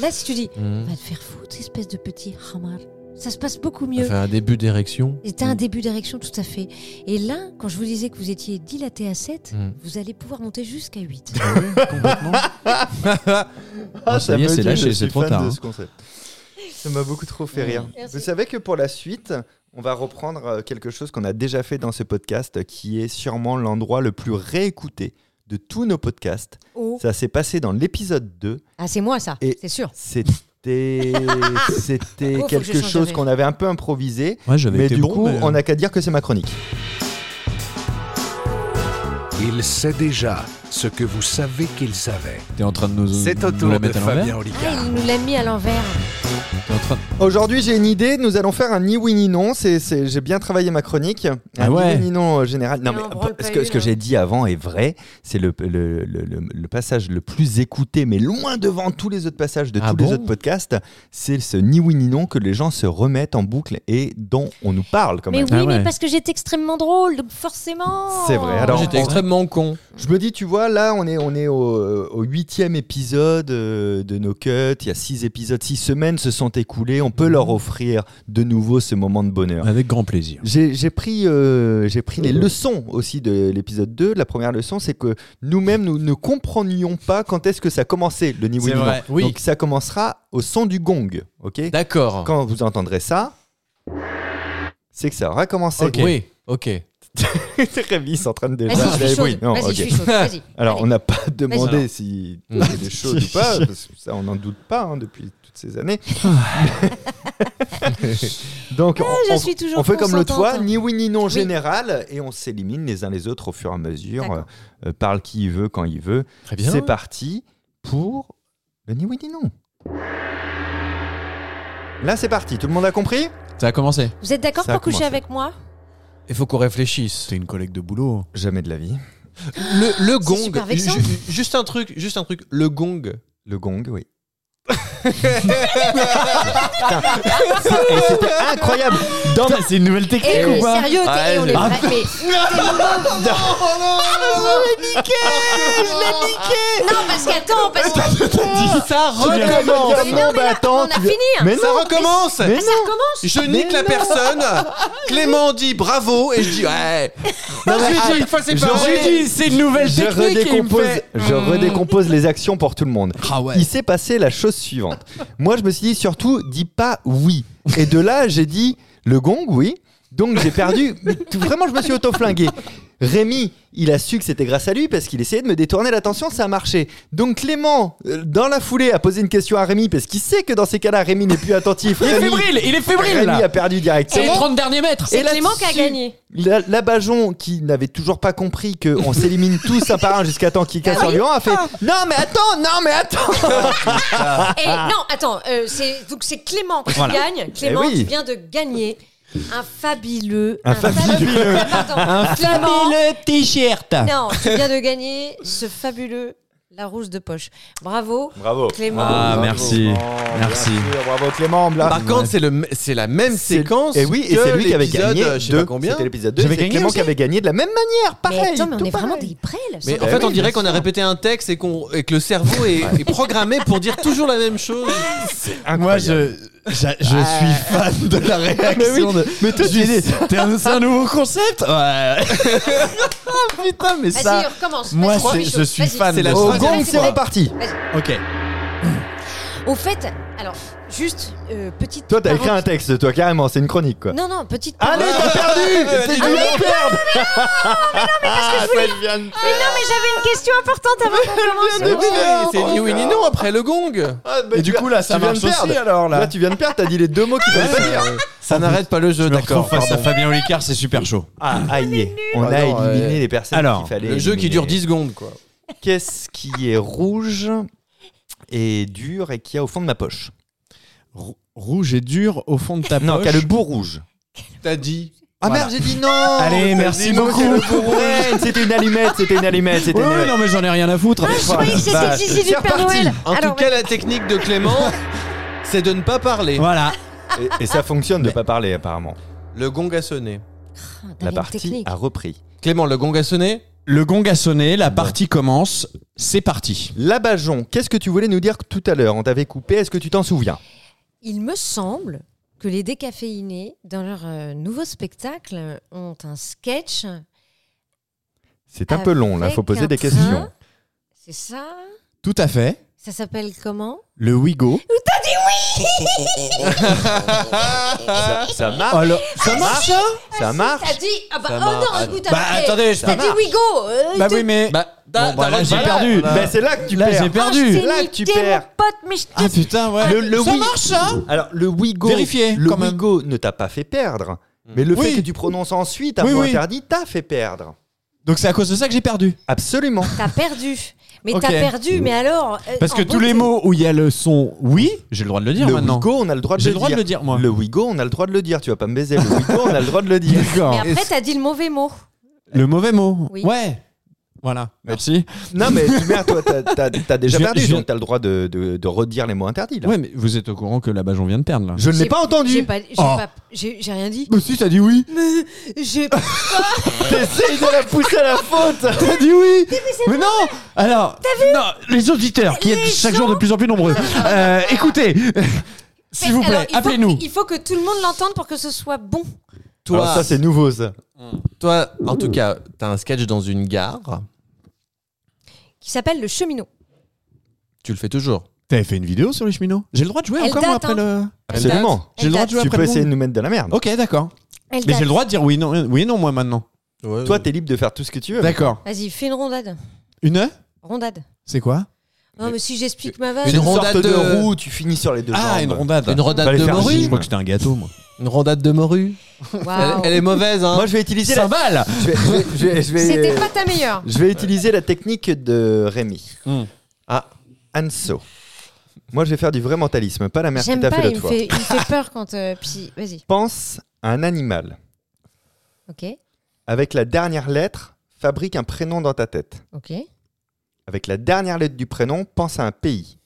Speaker 4: Là, si tu dis «
Speaker 5: Mm.
Speaker 3: Mmh.
Speaker 4: Va te faire foutre, espèce de petit hamar », ça se passe beaucoup
Speaker 3: Ça
Speaker 4: mieux.
Speaker 3: fait un début d'érection.
Speaker 4: Et
Speaker 5: Mm.
Speaker 4: t'as un début d'érection tout à fait. Et là, quand je vous disais que vous étiez dilaté à 7,
Speaker 3: Mm.
Speaker 4: vous allez pouvoir monter jusqu'à 8.
Speaker 5: Complètement.
Speaker 2: Ah,
Speaker 5: ça y est,
Speaker 2: me
Speaker 5: c'est
Speaker 2: dit,
Speaker 5: lâché,
Speaker 2: je
Speaker 5: c'est
Speaker 2: suis
Speaker 5: trop
Speaker 2: fan
Speaker 5: tard,
Speaker 2: de
Speaker 5: hein.
Speaker 2: ce concept. Ça m'a beaucoup trop fait rire.
Speaker 4: Merci.
Speaker 2: Vous savez que pour la suite, on va reprendre euh, quelque chose qu'on a déjà fait dans ce podcast, euh, qui est sûrement l'endroit le plus réécouté de tous nos podcasts.
Speaker 4: Oh.
Speaker 2: Ça s'est passé dans l'épisode 2.
Speaker 4: Ah, c'est moi ça,
Speaker 2: Et-
Speaker 4: c'est sûr.
Speaker 2: C'est C'était c'était
Speaker 4: Oh, faut que je
Speaker 2: quelque
Speaker 4: change
Speaker 2: chose
Speaker 4: de
Speaker 2: qu'on avait un peu improvisé.
Speaker 5: Ouais, j'avais
Speaker 2: Mais
Speaker 5: été
Speaker 2: du
Speaker 5: bon,
Speaker 2: coup,
Speaker 5: mais-
Speaker 2: on n'a qu'à dire que c'est ma chronique.
Speaker 1: Il sait déjà ce que vous savez qu'il savait.
Speaker 5: euh,
Speaker 6: T'es en train de nous,
Speaker 1: C'est
Speaker 6: nous
Speaker 1: au
Speaker 6: la
Speaker 1: tour de
Speaker 6: mettre à l'envers
Speaker 1: Fabien Olicard.
Speaker 4: Ah, il nous l'a mis à l'envers.
Speaker 6: T'es en train
Speaker 2: Aujourd'hui, j'ai une idée. Nous allons faire un ni oui ni non. C'est- c'est- j'ai bien travaillé ma chronique. Un
Speaker 5: Ah
Speaker 2: ni
Speaker 5: ouais.
Speaker 2: oui ni non euh, général. Non,
Speaker 4: Et
Speaker 2: mais
Speaker 4: on branle
Speaker 2: ce
Speaker 4: pas
Speaker 2: que, ce
Speaker 4: une,
Speaker 2: que
Speaker 4: hein.
Speaker 2: j'ai dit avant est vrai. C'est le, le- le- le- le passage le plus écouté, mais loin devant tous les autres passages de
Speaker 3: Ah
Speaker 2: tous les
Speaker 3: bon
Speaker 2: autres podcasts. C'est ce ni oui ni non que les gens se remettent en boucle et dont on nous parle quand
Speaker 4: Mais
Speaker 2: même.
Speaker 4: oui,
Speaker 5: Ah ouais.
Speaker 4: mais parce que j'étais extrêmement drôle, donc forcément.
Speaker 2: C'est vrai,
Speaker 3: Moi,
Speaker 2: alors-
Speaker 3: J'étais
Speaker 2: on-
Speaker 3: extrêmement con.
Speaker 2: Je me dis, tu vois, là, on est, on est au euh, au huitième épisode euh, de nos cuts. Il y a six épisodes, six semaines se sont écoulées. On peut leur offrir de nouveau ce moment de bonheur.
Speaker 5: Avec grand plaisir.
Speaker 2: J'ai j'ai pris, euh, j'ai pris
Speaker 3: Mhm.
Speaker 2: les leçons aussi de l'épisode 2. La première leçon, c'est que nous-mêmes, nous ne comprenions pas quand est-ce que ça commençait, le niveau
Speaker 3: C'est vrai, oui.
Speaker 2: Donc ça commencera au son du gong, ok
Speaker 3: D'accord.
Speaker 2: Quand vous entendrez ça, c'est que ça aura commencé.
Speaker 3: Ok. Oui, ok.
Speaker 2: Révis en train de
Speaker 4: Vas-y, je suis
Speaker 2: eh ben, Oui,
Speaker 4: chaude.
Speaker 2: non,
Speaker 4: Vas-y,
Speaker 2: ok.
Speaker 4: je suis chaude. Vas-y.
Speaker 2: Alors,
Speaker 4: Allez.
Speaker 2: on n'a pas demandé
Speaker 3: Alors.
Speaker 2: si
Speaker 3: Mm.
Speaker 2: c'était chaud ou pas, parce que ça, on n'en doute pas hein, depuis toutes ces années. Donc,
Speaker 4: Ah,
Speaker 2: on,
Speaker 4: je
Speaker 2: on-
Speaker 4: suis toujours hein.
Speaker 2: on fait comme l'autre fois,
Speaker 4: consentante.
Speaker 2: ni oui ni non
Speaker 4: Oui.
Speaker 2: général, et on s'élimine les uns les autres au fur et à mesure.
Speaker 4: D'accord.
Speaker 2: euh, euh, parle qui il veut, quand il veut.
Speaker 3: Très
Speaker 5: Eh
Speaker 3: bien.
Speaker 2: C'est parti pour le ni oui ni non. Là, c'est parti. Tout le monde a compris
Speaker 6: Ça a commencé.
Speaker 4: Vous êtes d'accord
Speaker 2: Ça a
Speaker 4: pour coucher
Speaker 2: commencé.
Speaker 4: avec moi
Speaker 3: Il faut qu'on réfléchisse.
Speaker 5: C'était une collègue de boulot.
Speaker 2: Jamais de la vie.
Speaker 3: Le, le gong.
Speaker 4: super vexant.
Speaker 3: ju- juste un truc, juste un truc. Le gong.
Speaker 2: Le gong, oui. Putain. Et C'était incroyable. Dans ma-
Speaker 5: c'est une nouvelle
Speaker 4: Eh, mais sérieux, t'es-
Speaker 3: Ah,
Speaker 4: eh, on
Speaker 3: j'ai-
Speaker 4: est vrai. Mais Ah, non, parce qu'attends, parce que.
Speaker 3: Ça recommence.
Speaker 4: Mais non, mais là, on a fini. hein.
Speaker 2: Mais
Speaker 3: Ça
Speaker 2: non,
Speaker 3: recommence.
Speaker 2: mais
Speaker 4: Ça recommence.
Speaker 3: Je nique la personne. Clément dit bravo et je dis ouais.
Speaker 2: Non, mais
Speaker 3: je dis une fois c'est
Speaker 2: je
Speaker 3: pas
Speaker 2: lui
Speaker 3: vrai.
Speaker 6: c'est une nouvelle
Speaker 2: je redécompose, je redécompose les actions pour tout le monde.
Speaker 5: Ah ouais.
Speaker 2: Il s'est passé la chose suivante. Moi, je me suis dit surtout, dis pas oui. Et de là, j'ai dit le gong, oui. Donc j'ai perdu. Mais tout- Vraiment, je me suis auto-flingué. Rémi, il a su que c'était grâce à lui parce qu'il essayait de me détourner l'attention, ça a marché. Donc Clément, euh, dans la foulée, a posé une question à Rémi parce qu'il sait que dans ces cas-là, Rémi n'est plus attentif.
Speaker 6: Il est
Speaker 2: Rémi,
Speaker 6: fébrile, il est fébrile
Speaker 2: Rémi
Speaker 6: là.
Speaker 2: a perdu
Speaker 6: C'est les
Speaker 2: directement.
Speaker 6: 30 derniers mètres.
Speaker 4: C'est
Speaker 2: là-dessus,
Speaker 4: Clément qui a gagné.
Speaker 2: La, Labajon, qui n'avait toujours pas compris qu'on s'élimine tous un par un jusqu'à temps qu'il casse
Speaker 4: Ah oui.
Speaker 2: survivant, a fait Non, mais attends, non, mais attends
Speaker 4: Et non, attends, euh, c'est- donc c'est Clément qui gagne. Clément
Speaker 2: Eh oui.
Speaker 4: qui vient de gagner un fabuleux.
Speaker 2: Un fabuleux.
Speaker 4: Pardon. Clément.
Speaker 5: t-shirt.
Speaker 4: Non, tu viens de gagner ce fabuleux La Rousse de Poche. Bravo,
Speaker 2: Bravo
Speaker 4: Clément.
Speaker 6: Ah, merci. Merci.
Speaker 2: Bravo Clément, là.
Speaker 3: Par contre, c'est le m- c'est la même
Speaker 2: C'est-
Speaker 3: séquence.
Speaker 2: Et oui, et
Speaker 3: que
Speaker 2: c'est lui qui avait
Speaker 3: l'épisode,
Speaker 2: gagné.
Speaker 3: euh, Je sais pas
Speaker 2: de-
Speaker 3: combien.
Speaker 2: C'était l'épisode 2.
Speaker 5: J'avais
Speaker 2: C'est
Speaker 5: gagné
Speaker 2: Clément
Speaker 5: aussi
Speaker 2: qui avait gagné de la même manière,
Speaker 4: mais
Speaker 2: pareil.
Speaker 4: attends, mais on
Speaker 2: tout
Speaker 4: est vraiment
Speaker 2: pareil.
Speaker 4: des prêles. elles
Speaker 3: Mais
Speaker 4: sont-
Speaker 3: en
Speaker 2: Eh
Speaker 3: fait, on
Speaker 2: oui,
Speaker 3: dirait
Speaker 2: bien
Speaker 3: qu'on a répété un texte et, qu'on et que le cerveau est, est programmé pour dire toujours la même chose.
Speaker 5: Moi, je, j'a- je suis
Speaker 2: Ah.
Speaker 5: fan de la réaction de.
Speaker 2: Mais toi, tu
Speaker 5: Juste,
Speaker 2: dis-
Speaker 5: t'es un- C'est un nouveau concept Ouais. Ah putain, mais
Speaker 4: Vas-y,
Speaker 5: ça.
Speaker 4: recommence.
Speaker 5: Moi,
Speaker 4: Vas-y,
Speaker 5: c'est-
Speaker 4: Michaud,
Speaker 5: je suis
Speaker 4: vas-y.
Speaker 5: fan
Speaker 3: C'est
Speaker 5: de
Speaker 3: la
Speaker 2: Au
Speaker 5: ça.
Speaker 4: phrase.
Speaker 2: gong,
Speaker 4: Vas-y,
Speaker 2: c'est
Speaker 4: vas-y.
Speaker 2: reparti.
Speaker 5: Ok.
Speaker 4: Au fait, alors, juste euh, petite.
Speaker 2: Toi, t'as écrit un
Speaker 4: parenthèse.
Speaker 2: texte, toi, carrément. C'est une chronique, quoi.
Speaker 4: Non, non, petite.
Speaker 2: Allez,
Speaker 4: parenthèse.
Speaker 2: t'as
Speaker 3: Ah
Speaker 2: perdu T'es dû perdre
Speaker 4: Mais non, mais j'avais une question importante avant qu'on
Speaker 2: Eh Mais Ah,
Speaker 3: Mais
Speaker 4: commence.
Speaker 3: oui, mais c'est ni oui ni non après le gong.
Speaker 5: Et du coup, là, ça
Speaker 2: bah,
Speaker 5: marche
Speaker 2: tu viens de perdre.
Speaker 5: aussi alors
Speaker 2: Là,
Speaker 5: là.
Speaker 2: tu viens de perdre, t'as dit les deux mots qu'il fallait pas dire.
Speaker 3: Ça n'arrête pas le jeu,
Speaker 5: Je me retrouve
Speaker 3: d'accord.
Speaker 5: face à
Speaker 3: pardon.
Speaker 5: Fabien Olicard, c'est super chaud.
Speaker 2: Ah, aïe, on a
Speaker 3: Alors, euh,
Speaker 2: éliminé les personnes
Speaker 5: alors,
Speaker 2: qu'il fallait.
Speaker 3: Le jeu qui dure
Speaker 2: éliminer.
Speaker 3: 10 secondes, quoi.
Speaker 2: Qu'est-ce qui est rouge et dur et qui a au fond de ma poche
Speaker 5: Rou- Rouge et dur au fond de ta
Speaker 2: Non,
Speaker 5: poche.
Speaker 2: qui a le bout rouge.
Speaker 3: T'as dit.
Speaker 2: Ah
Speaker 5: Voilà.
Speaker 2: merde, j'ai dit non
Speaker 5: Allez, merci
Speaker 2: J'ai dit non,
Speaker 5: beaucoup.
Speaker 2: c'est le bout rouge. C'était une allumette, c'était une allumette, c'était
Speaker 5: Ouais,
Speaker 2: une
Speaker 5: ouais,
Speaker 2: allumette.
Speaker 5: non, mais j'en ai rien à foutre.
Speaker 4: Ah, je croyais que c'était
Speaker 2: vache.
Speaker 4: Gigi du
Speaker 2: C'est
Speaker 4: Père
Speaker 2: reparti.
Speaker 4: Noël.
Speaker 3: En
Speaker 4: Alors,
Speaker 3: tout cas, la technique de Clément, c'est de ne pas parler.
Speaker 5: Voilà.
Speaker 2: Et, et ça fonctionne de pas parler, apparemment.
Speaker 3: Le gong a sonné.
Speaker 4: ouais.
Speaker 2: La
Speaker 4: T'avais une
Speaker 2: partie
Speaker 4: technique.
Speaker 2: a repris.
Speaker 3: Clément, le gong a sonné
Speaker 5: Le gong a sonné, la partie commence. C'est parti.
Speaker 2: Labajon, qu'est-ce que tu voulais nous dire tout à l'heure On t'avait coupé, est-ce que tu t'en souviens
Speaker 4: Il me semble que les décaféinés, dans leur euh, nouveau spectacle, ont un sketch.
Speaker 2: C'est un peu long, là, faut
Speaker 4: avec
Speaker 2: poser
Speaker 4: un
Speaker 2: des
Speaker 4: train.
Speaker 2: questions.
Speaker 4: C'est ça
Speaker 5: Tout à fait.
Speaker 4: Ça s'appelle comment
Speaker 5: Le Wigo. oh,
Speaker 2: ça, ça marche.
Speaker 5: Alors,
Speaker 2: Ça
Speaker 4: Ah,
Speaker 2: marche. Ça
Speaker 4: T'as
Speaker 2: marche.
Speaker 4: dit Ah bah
Speaker 6: Ça
Speaker 4: oh
Speaker 6: marche.
Speaker 4: non, écoute,
Speaker 5: bah
Speaker 4: après,
Speaker 5: attendez, je
Speaker 4: T'as
Speaker 5: peux
Speaker 4: dit Wigo euh,
Speaker 5: Bah
Speaker 4: t'es-
Speaker 5: oui, mais.
Speaker 6: Bah,
Speaker 5: Bon, bah, là, j'ai
Speaker 6: voilà.
Speaker 5: perdu.
Speaker 6: Voilà.
Speaker 2: Ben, c'est là que tu
Speaker 5: Là,
Speaker 2: perds.
Speaker 5: j'ai
Speaker 4: Ah,
Speaker 5: perdu.
Speaker 4: je t'ai
Speaker 2: Là que tu
Speaker 4: niqué,
Speaker 2: perds.
Speaker 4: mon pote, mais je
Speaker 5: Ah
Speaker 4: t'ai...
Speaker 5: putain, ouais.
Speaker 2: Le- le
Speaker 5: ça
Speaker 2: Wii-
Speaker 5: marche ça
Speaker 4: hein.
Speaker 2: Alors le Wigo,
Speaker 5: Vérifiez,
Speaker 2: le
Speaker 5: quand même.
Speaker 2: Wigo ne t'a pas fait perdre, mais le
Speaker 5: Oui.
Speaker 2: fait que tu prononces ensuite un
Speaker 5: Oui,
Speaker 2: mot
Speaker 5: oui.
Speaker 2: interdit t'a fait perdre.
Speaker 5: Donc c'est à cause de ça que j'ai perdu.
Speaker 2: Absolument.
Speaker 4: T'as perdu. Mais
Speaker 5: Ok.
Speaker 4: t'as perdu, mais alors... euh,
Speaker 5: Parce
Speaker 4: en
Speaker 5: que tous
Speaker 4: beauté.
Speaker 5: les mots où il y a le son oui,
Speaker 6: J'ai le droit de le dire
Speaker 2: le
Speaker 6: maintenant.
Speaker 2: Wigo, on a le droit de
Speaker 6: J'ai
Speaker 2: le
Speaker 6: le droit de
Speaker 2: dire.
Speaker 6: le dire, moi.
Speaker 2: Le Wigo, on a le droit de le dire. Tu vas pas me baiser. Le Wigo, on a le droit de le dire.
Speaker 4: Mais
Speaker 5: d'accord.
Speaker 4: après, t'as dit le mauvais mot.
Speaker 5: Le mauvais mot.
Speaker 4: Oui.
Speaker 5: Ouais. Voilà. Merci.
Speaker 2: Non, mais tu merde, toi, t'as- t'as t'as déjà
Speaker 6: Je-
Speaker 2: perdu,
Speaker 6: je-
Speaker 2: donc t'as le droit de, de- de redire les mots interdits. Là.
Speaker 6: Ouais, mais vous êtes au courant que la Bajon vient de perdre là.
Speaker 2: Je ne l'ai
Speaker 4: J'ai-
Speaker 2: pas
Speaker 4: J'ai
Speaker 2: entendu.
Speaker 4: pas- j'ai
Speaker 5: Oh.
Speaker 4: pas- j'ai- j'ai rien dit.
Speaker 5: Mais si, t'as dit oui.
Speaker 4: J'ai...
Speaker 2: T'essayes de la pousser à la faute.
Speaker 5: T'as dit oui. Mais non Alors.
Speaker 6: Non, les auditeurs qui
Speaker 4: Les
Speaker 6: êtes chaque jour de plus en plus nombreux. Euh, écoutez, s'il vous
Speaker 4: Alors,
Speaker 6: plaît,
Speaker 4: il faut
Speaker 6: appelez-nous.
Speaker 4: que- Il faut que tout le monde l'entende pour que ce soit bon.
Speaker 3: Toi,
Speaker 2: Alors ça, c'est nouveau, ça.
Speaker 3: toi, en tout cas, t'as un sketch dans une gare.
Speaker 4: Qui s'appelle le cheminot.
Speaker 3: Tu le fais toujours.
Speaker 5: T'avais fait une vidéo sur les cheminots J'ai le droit de jouer
Speaker 4: Elle
Speaker 5: encore moi,
Speaker 4: date,
Speaker 5: après le.
Speaker 2: Absolument.
Speaker 5: J'ai le droit de jouer
Speaker 2: Tu
Speaker 5: après Oh.
Speaker 2: peux
Speaker 5: le
Speaker 2: essayer
Speaker 5: monde.
Speaker 2: de nous mettre de la merde.
Speaker 5: Ok, d'accord.
Speaker 4: Elle
Speaker 5: Mais
Speaker 4: date.
Speaker 5: j'ai le droit de dire oui, non, oui, non, moi maintenant.
Speaker 2: Toi, t'es libre de faire tout ce que tu veux.
Speaker 5: D'accord.
Speaker 4: Vas-y, fais une rondade.
Speaker 5: Une E
Speaker 4: Rondade.
Speaker 5: C'est quoi
Speaker 4: Non, mais si j'explique ma
Speaker 3: Une
Speaker 4: vague...
Speaker 2: Une,
Speaker 3: rondade
Speaker 2: sorte de...
Speaker 3: de-
Speaker 2: roue, tu finis sur les deux jambes.
Speaker 5: Ah, une rondade.
Speaker 3: une rondade
Speaker 2: Fallait
Speaker 3: de
Speaker 2: faire
Speaker 3: morue.
Speaker 5: Je crois que c'était un gâteau, moi.
Speaker 3: Une rondade de morue. Elle,
Speaker 4: Waouh.
Speaker 3: elle est mauvaise, hein.
Speaker 2: Moi, je vais utiliser la...
Speaker 5: Cymbale
Speaker 2: Je vais, je vais- je vais- je vais-
Speaker 4: C'était pas ta meilleure.
Speaker 2: je vais utiliser la technique de Rémi.
Speaker 6: Hmm.
Speaker 2: Ah, Anso. Moi, je vais faire du vrai mentalisme, pas la merde que
Speaker 4: J'aime
Speaker 2: t'as
Speaker 4: pas,
Speaker 2: fait
Speaker 4: il
Speaker 2: l'autre
Speaker 4: me
Speaker 2: fois.
Speaker 4: fait, il me fait peur quand... euh, puis, vas-y,
Speaker 2: Pense à un animal.
Speaker 4: ok,
Speaker 2: Avec la dernière lettre, fabrique un prénom dans ta tête.
Speaker 4: ok,
Speaker 2: Avec la dernière lettre du prénom, pense à un pays.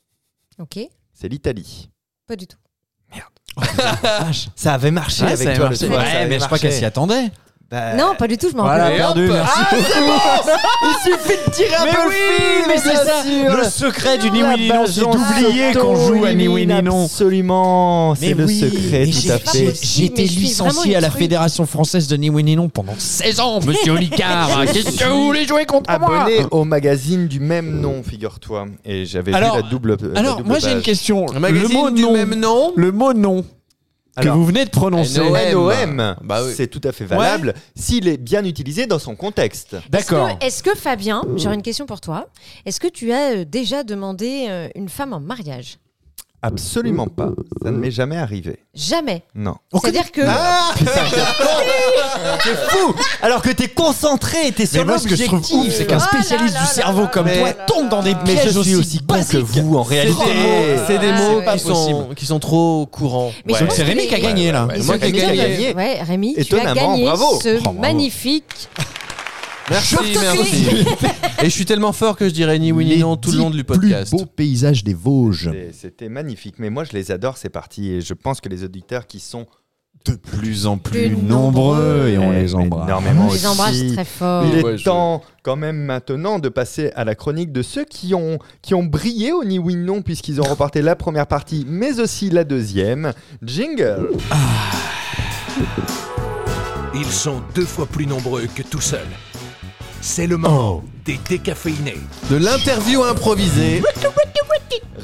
Speaker 4: ok,
Speaker 2: C'est l'Italie.
Speaker 4: pas du tout.
Speaker 2: Ah, Ça avait marché
Speaker 6: Ouais, ça avait marché.
Speaker 2: l'autre fois, ça
Speaker 6: Ouais,
Speaker 2: avait
Speaker 6: mais je crois qu'elle
Speaker 2: marché.
Speaker 6: s'y attendait.
Speaker 2: Bah,
Speaker 4: Non, pas du tout, je m'en
Speaker 5: Voilà,
Speaker 4: rappelle.
Speaker 5: perdu, merci.
Speaker 1: Ah.
Speaker 2: Il suffit de tirer un
Speaker 5: Mais
Speaker 2: peu
Speaker 5: oui,
Speaker 2: le fil,
Speaker 5: mais c'est ça,
Speaker 2: sûr.
Speaker 5: le secret du ni
Speaker 2: La
Speaker 5: oui ni non, c'est
Speaker 2: Bajon
Speaker 5: d'oublier qu'on joue à ni oui ni
Speaker 2: s'auto-élimine
Speaker 5: non.
Speaker 2: Absolument, c'est
Speaker 5: Mais
Speaker 2: le
Speaker 5: oui,
Speaker 2: secret,
Speaker 5: mais
Speaker 2: tout
Speaker 5: j'ai-
Speaker 2: à
Speaker 4: pas
Speaker 2: fait.
Speaker 4: possible.
Speaker 5: J'ai été
Speaker 4: mais je suis
Speaker 5: licencié
Speaker 4: vraiment
Speaker 5: à la
Speaker 4: intrus.
Speaker 5: Fédération française de ni oui ni non pendant 16 ans, monsieur Olicard. Qu'est-ce que vous voulez jouer contre moi
Speaker 2: Abonné au magazine du même nom, figure-toi. Et j'avais vu
Speaker 5: Alors-
Speaker 2: la double. euh, la
Speaker 5: Alors,
Speaker 2: double
Speaker 5: moi j'ai une
Speaker 2: page.
Speaker 5: question.
Speaker 3: Un magazine
Speaker 5: Le mot
Speaker 3: du
Speaker 5: non,
Speaker 3: même nom.
Speaker 5: le mot non que
Speaker 2: Alors,
Speaker 5: vous venez de prononcer.
Speaker 3: NOM.
Speaker 2: NOM,
Speaker 3: Bah oui.
Speaker 2: c'est tout à fait valable s'il est bien utilisé dans son contexte.
Speaker 4: Est-ce que-
Speaker 5: D'accord.
Speaker 4: Est-ce que, Fabien, j'aurais une question pour toi. Est-ce que tu as euh, déjà demandé euh, une femme en mariage
Speaker 2: Absolument pas. Ça ne m'est jamais arrivé.
Speaker 4: Jamais.
Speaker 2: Non.
Speaker 4: C'est-à-dire que
Speaker 2: T'es fou Alors que t'es concentré, t'es
Speaker 5: Mais
Speaker 2: sur
Speaker 5: moi, ce que je trouve ouf, c'est qu'un
Speaker 4: Oh là
Speaker 5: spécialiste
Speaker 4: là
Speaker 5: du
Speaker 4: là
Speaker 5: cerveau
Speaker 4: là
Speaker 5: comme
Speaker 2: Ah là
Speaker 5: toi
Speaker 2: là
Speaker 5: tombe dans des
Speaker 2: Mais
Speaker 5: pièges
Speaker 2: je suis aussi con que
Speaker 5: basiques.
Speaker 2: vous en
Speaker 3: C'est des mots,
Speaker 2: réalité.
Speaker 3: c'est des
Speaker 4: Ah,
Speaker 3: mots
Speaker 4: c'est pas
Speaker 3: qui, sont, qui sont trop courants.
Speaker 4: Mais je
Speaker 2: Ouais.
Speaker 4: pense
Speaker 5: C'est
Speaker 4: que
Speaker 5: Rémi
Speaker 4: les-
Speaker 5: qui a gagné là.
Speaker 2: ouais.
Speaker 4: les
Speaker 2: C'est moi qui ai
Speaker 4: auditeurs
Speaker 2: gagné.
Speaker 4: de-
Speaker 2: gagné.
Speaker 4: Ouais, Rémi, tu as
Speaker 2: Étonnamment,
Speaker 4: gagné
Speaker 2: bravo.
Speaker 4: ce
Speaker 5: bravo.
Speaker 4: magnifique.
Speaker 3: Merci,
Speaker 4: Je te
Speaker 3: merci. Et je suis tellement fort que je dirais ni oui ni non tout le long du podcast.
Speaker 5: Plus beau paysage des Vosges.
Speaker 2: C'était- C'était magnifique. Mais moi, je les adore, ces parties. Et je pense que les auditeurs qui sont
Speaker 5: De plus en plus,
Speaker 4: Plus
Speaker 5: nombreux
Speaker 4: nombreux.
Speaker 5: et on
Speaker 2: eh,
Speaker 5: les embrasse.
Speaker 2: énormément
Speaker 4: Je les embrasse
Speaker 2: aussi.
Speaker 4: très fort.
Speaker 2: Il est
Speaker 3: Ouais, je-
Speaker 2: temps quand même maintenant de passer à la chronique de ceux qui ont, qui ont brillé au ni oui non puisqu'ils ont remporté la première partie mais aussi la deuxième. Jingle
Speaker 1: Ils sont deux fois plus nombreux que tout seuls. C'est le moment des décaféinés.
Speaker 3: De l'interview improvisée.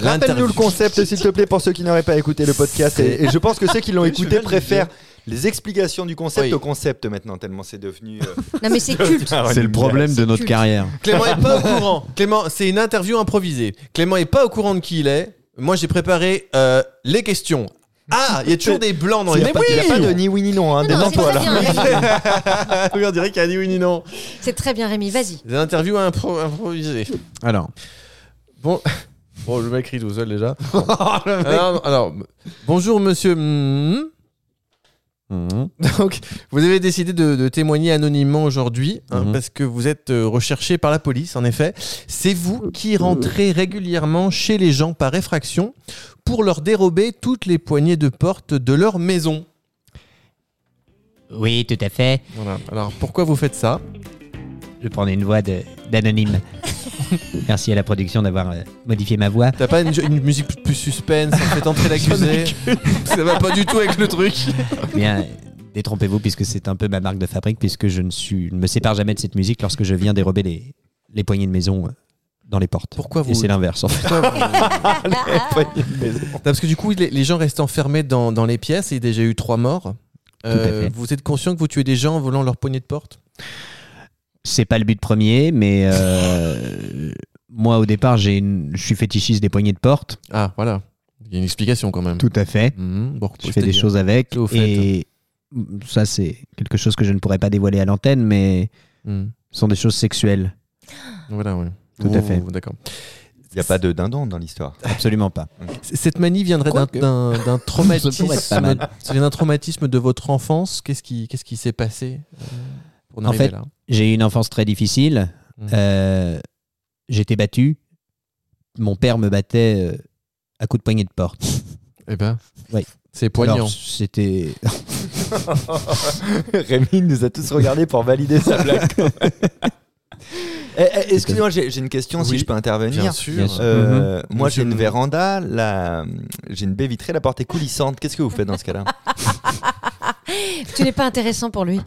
Speaker 2: Rappelle-nous le concept, s'il te plaît, pour ceux qui n'auraient pas écouté le podcast. Et, et je pense que ceux qui l'ont écouté préfèrent les explications du concept
Speaker 3: Oui.
Speaker 2: au concept maintenant, tellement c'est devenu. euh,
Speaker 4: Non, mais c'est culte.
Speaker 2: un
Speaker 5: C'est le
Speaker 2: running
Speaker 5: problème
Speaker 2: gag.
Speaker 5: de notre carrière.
Speaker 3: Clément est pas au courant. Clément, c'est une interview improvisée. Clément est pas au courant de qui il est. Moi, j'ai préparé euh, les questions. Ah, il y a toujours des blancs dans
Speaker 2: Il
Speaker 3: les
Speaker 2: n'y a, pas- il y a pas de ni oui ni non, hein,
Speaker 4: Non, non, c'est
Speaker 2: détends-toi
Speaker 4: très bien,
Speaker 2: là.
Speaker 4: Rémi.
Speaker 3: Oui, on dirait qu'il y a ni oui ni non.
Speaker 4: C'est très bien, Rémi. Vas-y.
Speaker 3: Des interviews impro- improvisées.
Speaker 5: Alors,
Speaker 3: Bon. Bon, le mec rit tout seul déjà. Bon. alors, alors, bonjour monsieur. Hmm.
Speaker 5: Mhm.
Speaker 3: Donc, vous avez décidé de, de témoigner anonymement aujourd'hui hein,
Speaker 5: Mhm.
Speaker 3: parce que vous êtes euh, recherché par la police, en effet. C'est vous qui
Speaker 5: Mhm.
Speaker 3: rentrez régulièrement chez les gens par effraction pour leur dérober toutes les poignées de porte de leur maison.
Speaker 7: Oui, tout à fait.
Speaker 3: Voilà. Alors, pourquoi vous faites ça
Speaker 7: Je prenais une voix de- d'anonyme. Merci à la production d'avoir euh, modifié ma voix.
Speaker 3: T'as pas une, une musique plus- plus suspense, ça fait entrer l'accusé Ça va pas du tout avec le truc.
Speaker 7: Eh Bien, euh, détrompez-vous puisque c'est un peu ma marque de fabrique puisque je ne suis, ne me sépare jamais de cette musique lorsque je viens dérober les, les poignées de maison euh, dans les portes.
Speaker 3: Pourquoi vous-
Speaker 7: Et c'est l'inverse en fait.
Speaker 3: Non, Parce que du coup, les, les gens restent enfermés dans, dans les pièces. Il y a déjà eu trois morts. Euh,
Speaker 7: fait.
Speaker 3: vous êtes conscient que vous tuez des gens en volant leur poignée de porte
Speaker 7: C'est pas le but premier, mais euh, moi au départ, j'ai une- je suis fétichiste des poignées de porte.
Speaker 3: Ah, voilà. Il y a une explication quand même.
Speaker 7: Tout à fait.
Speaker 3: Mhm, bon,
Speaker 7: Je fais des choses avec.
Speaker 3: que vous faites.
Speaker 7: Et ça, c'est quelque chose que je ne pourrais pas dévoiler à l'antenne, mais
Speaker 3: Mhm,
Speaker 7: ce sont des choses sexuelles.
Speaker 3: Voilà, oui.
Speaker 7: Tout à fait.
Speaker 3: D'accord.
Speaker 2: Il n'y a pas de dindon dans l'histoire.
Speaker 7: Absolument pas.
Speaker 3: C- Cette manie viendrait d'un-
Speaker 7: Quoique.
Speaker 3: d'un d'un
Speaker 7: Ça pourrait être
Speaker 3: traumatisme.
Speaker 7: pas mal.
Speaker 3: ça vient d'un traumatisme de votre enfance. Qu'est-ce qui qu'est-ce qui s'est passé euh, pour en
Speaker 7: En
Speaker 3: arriver
Speaker 7: fait,
Speaker 3: là
Speaker 7: J'ai eu une enfance très difficile.
Speaker 3: Mhm.
Speaker 7: Euh, J'étais battu. Mon père me battait euh, à coups de poignée de porte.
Speaker 3: Eh ben,
Speaker 7: Oui.
Speaker 3: c'est poignant.
Speaker 7: Alors, C'était.
Speaker 2: Rémi nous a tous regardés pour valider sa blague. Eh, eh, Excusez-moi, j'ai j'ai une question si
Speaker 3: Oui,
Speaker 2: je peux intervenir.
Speaker 3: sûr.
Speaker 7: sûr.
Speaker 2: Euh, Moi,
Speaker 3: Monsieur
Speaker 2: j'ai une
Speaker 3: le-
Speaker 2: véranda, la... j'ai une baie vitrée, la porte est coulissante. Qu'est-ce que vous faites dans ce cas-là
Speaker 4: Tu n'es pas intéressant pour lui.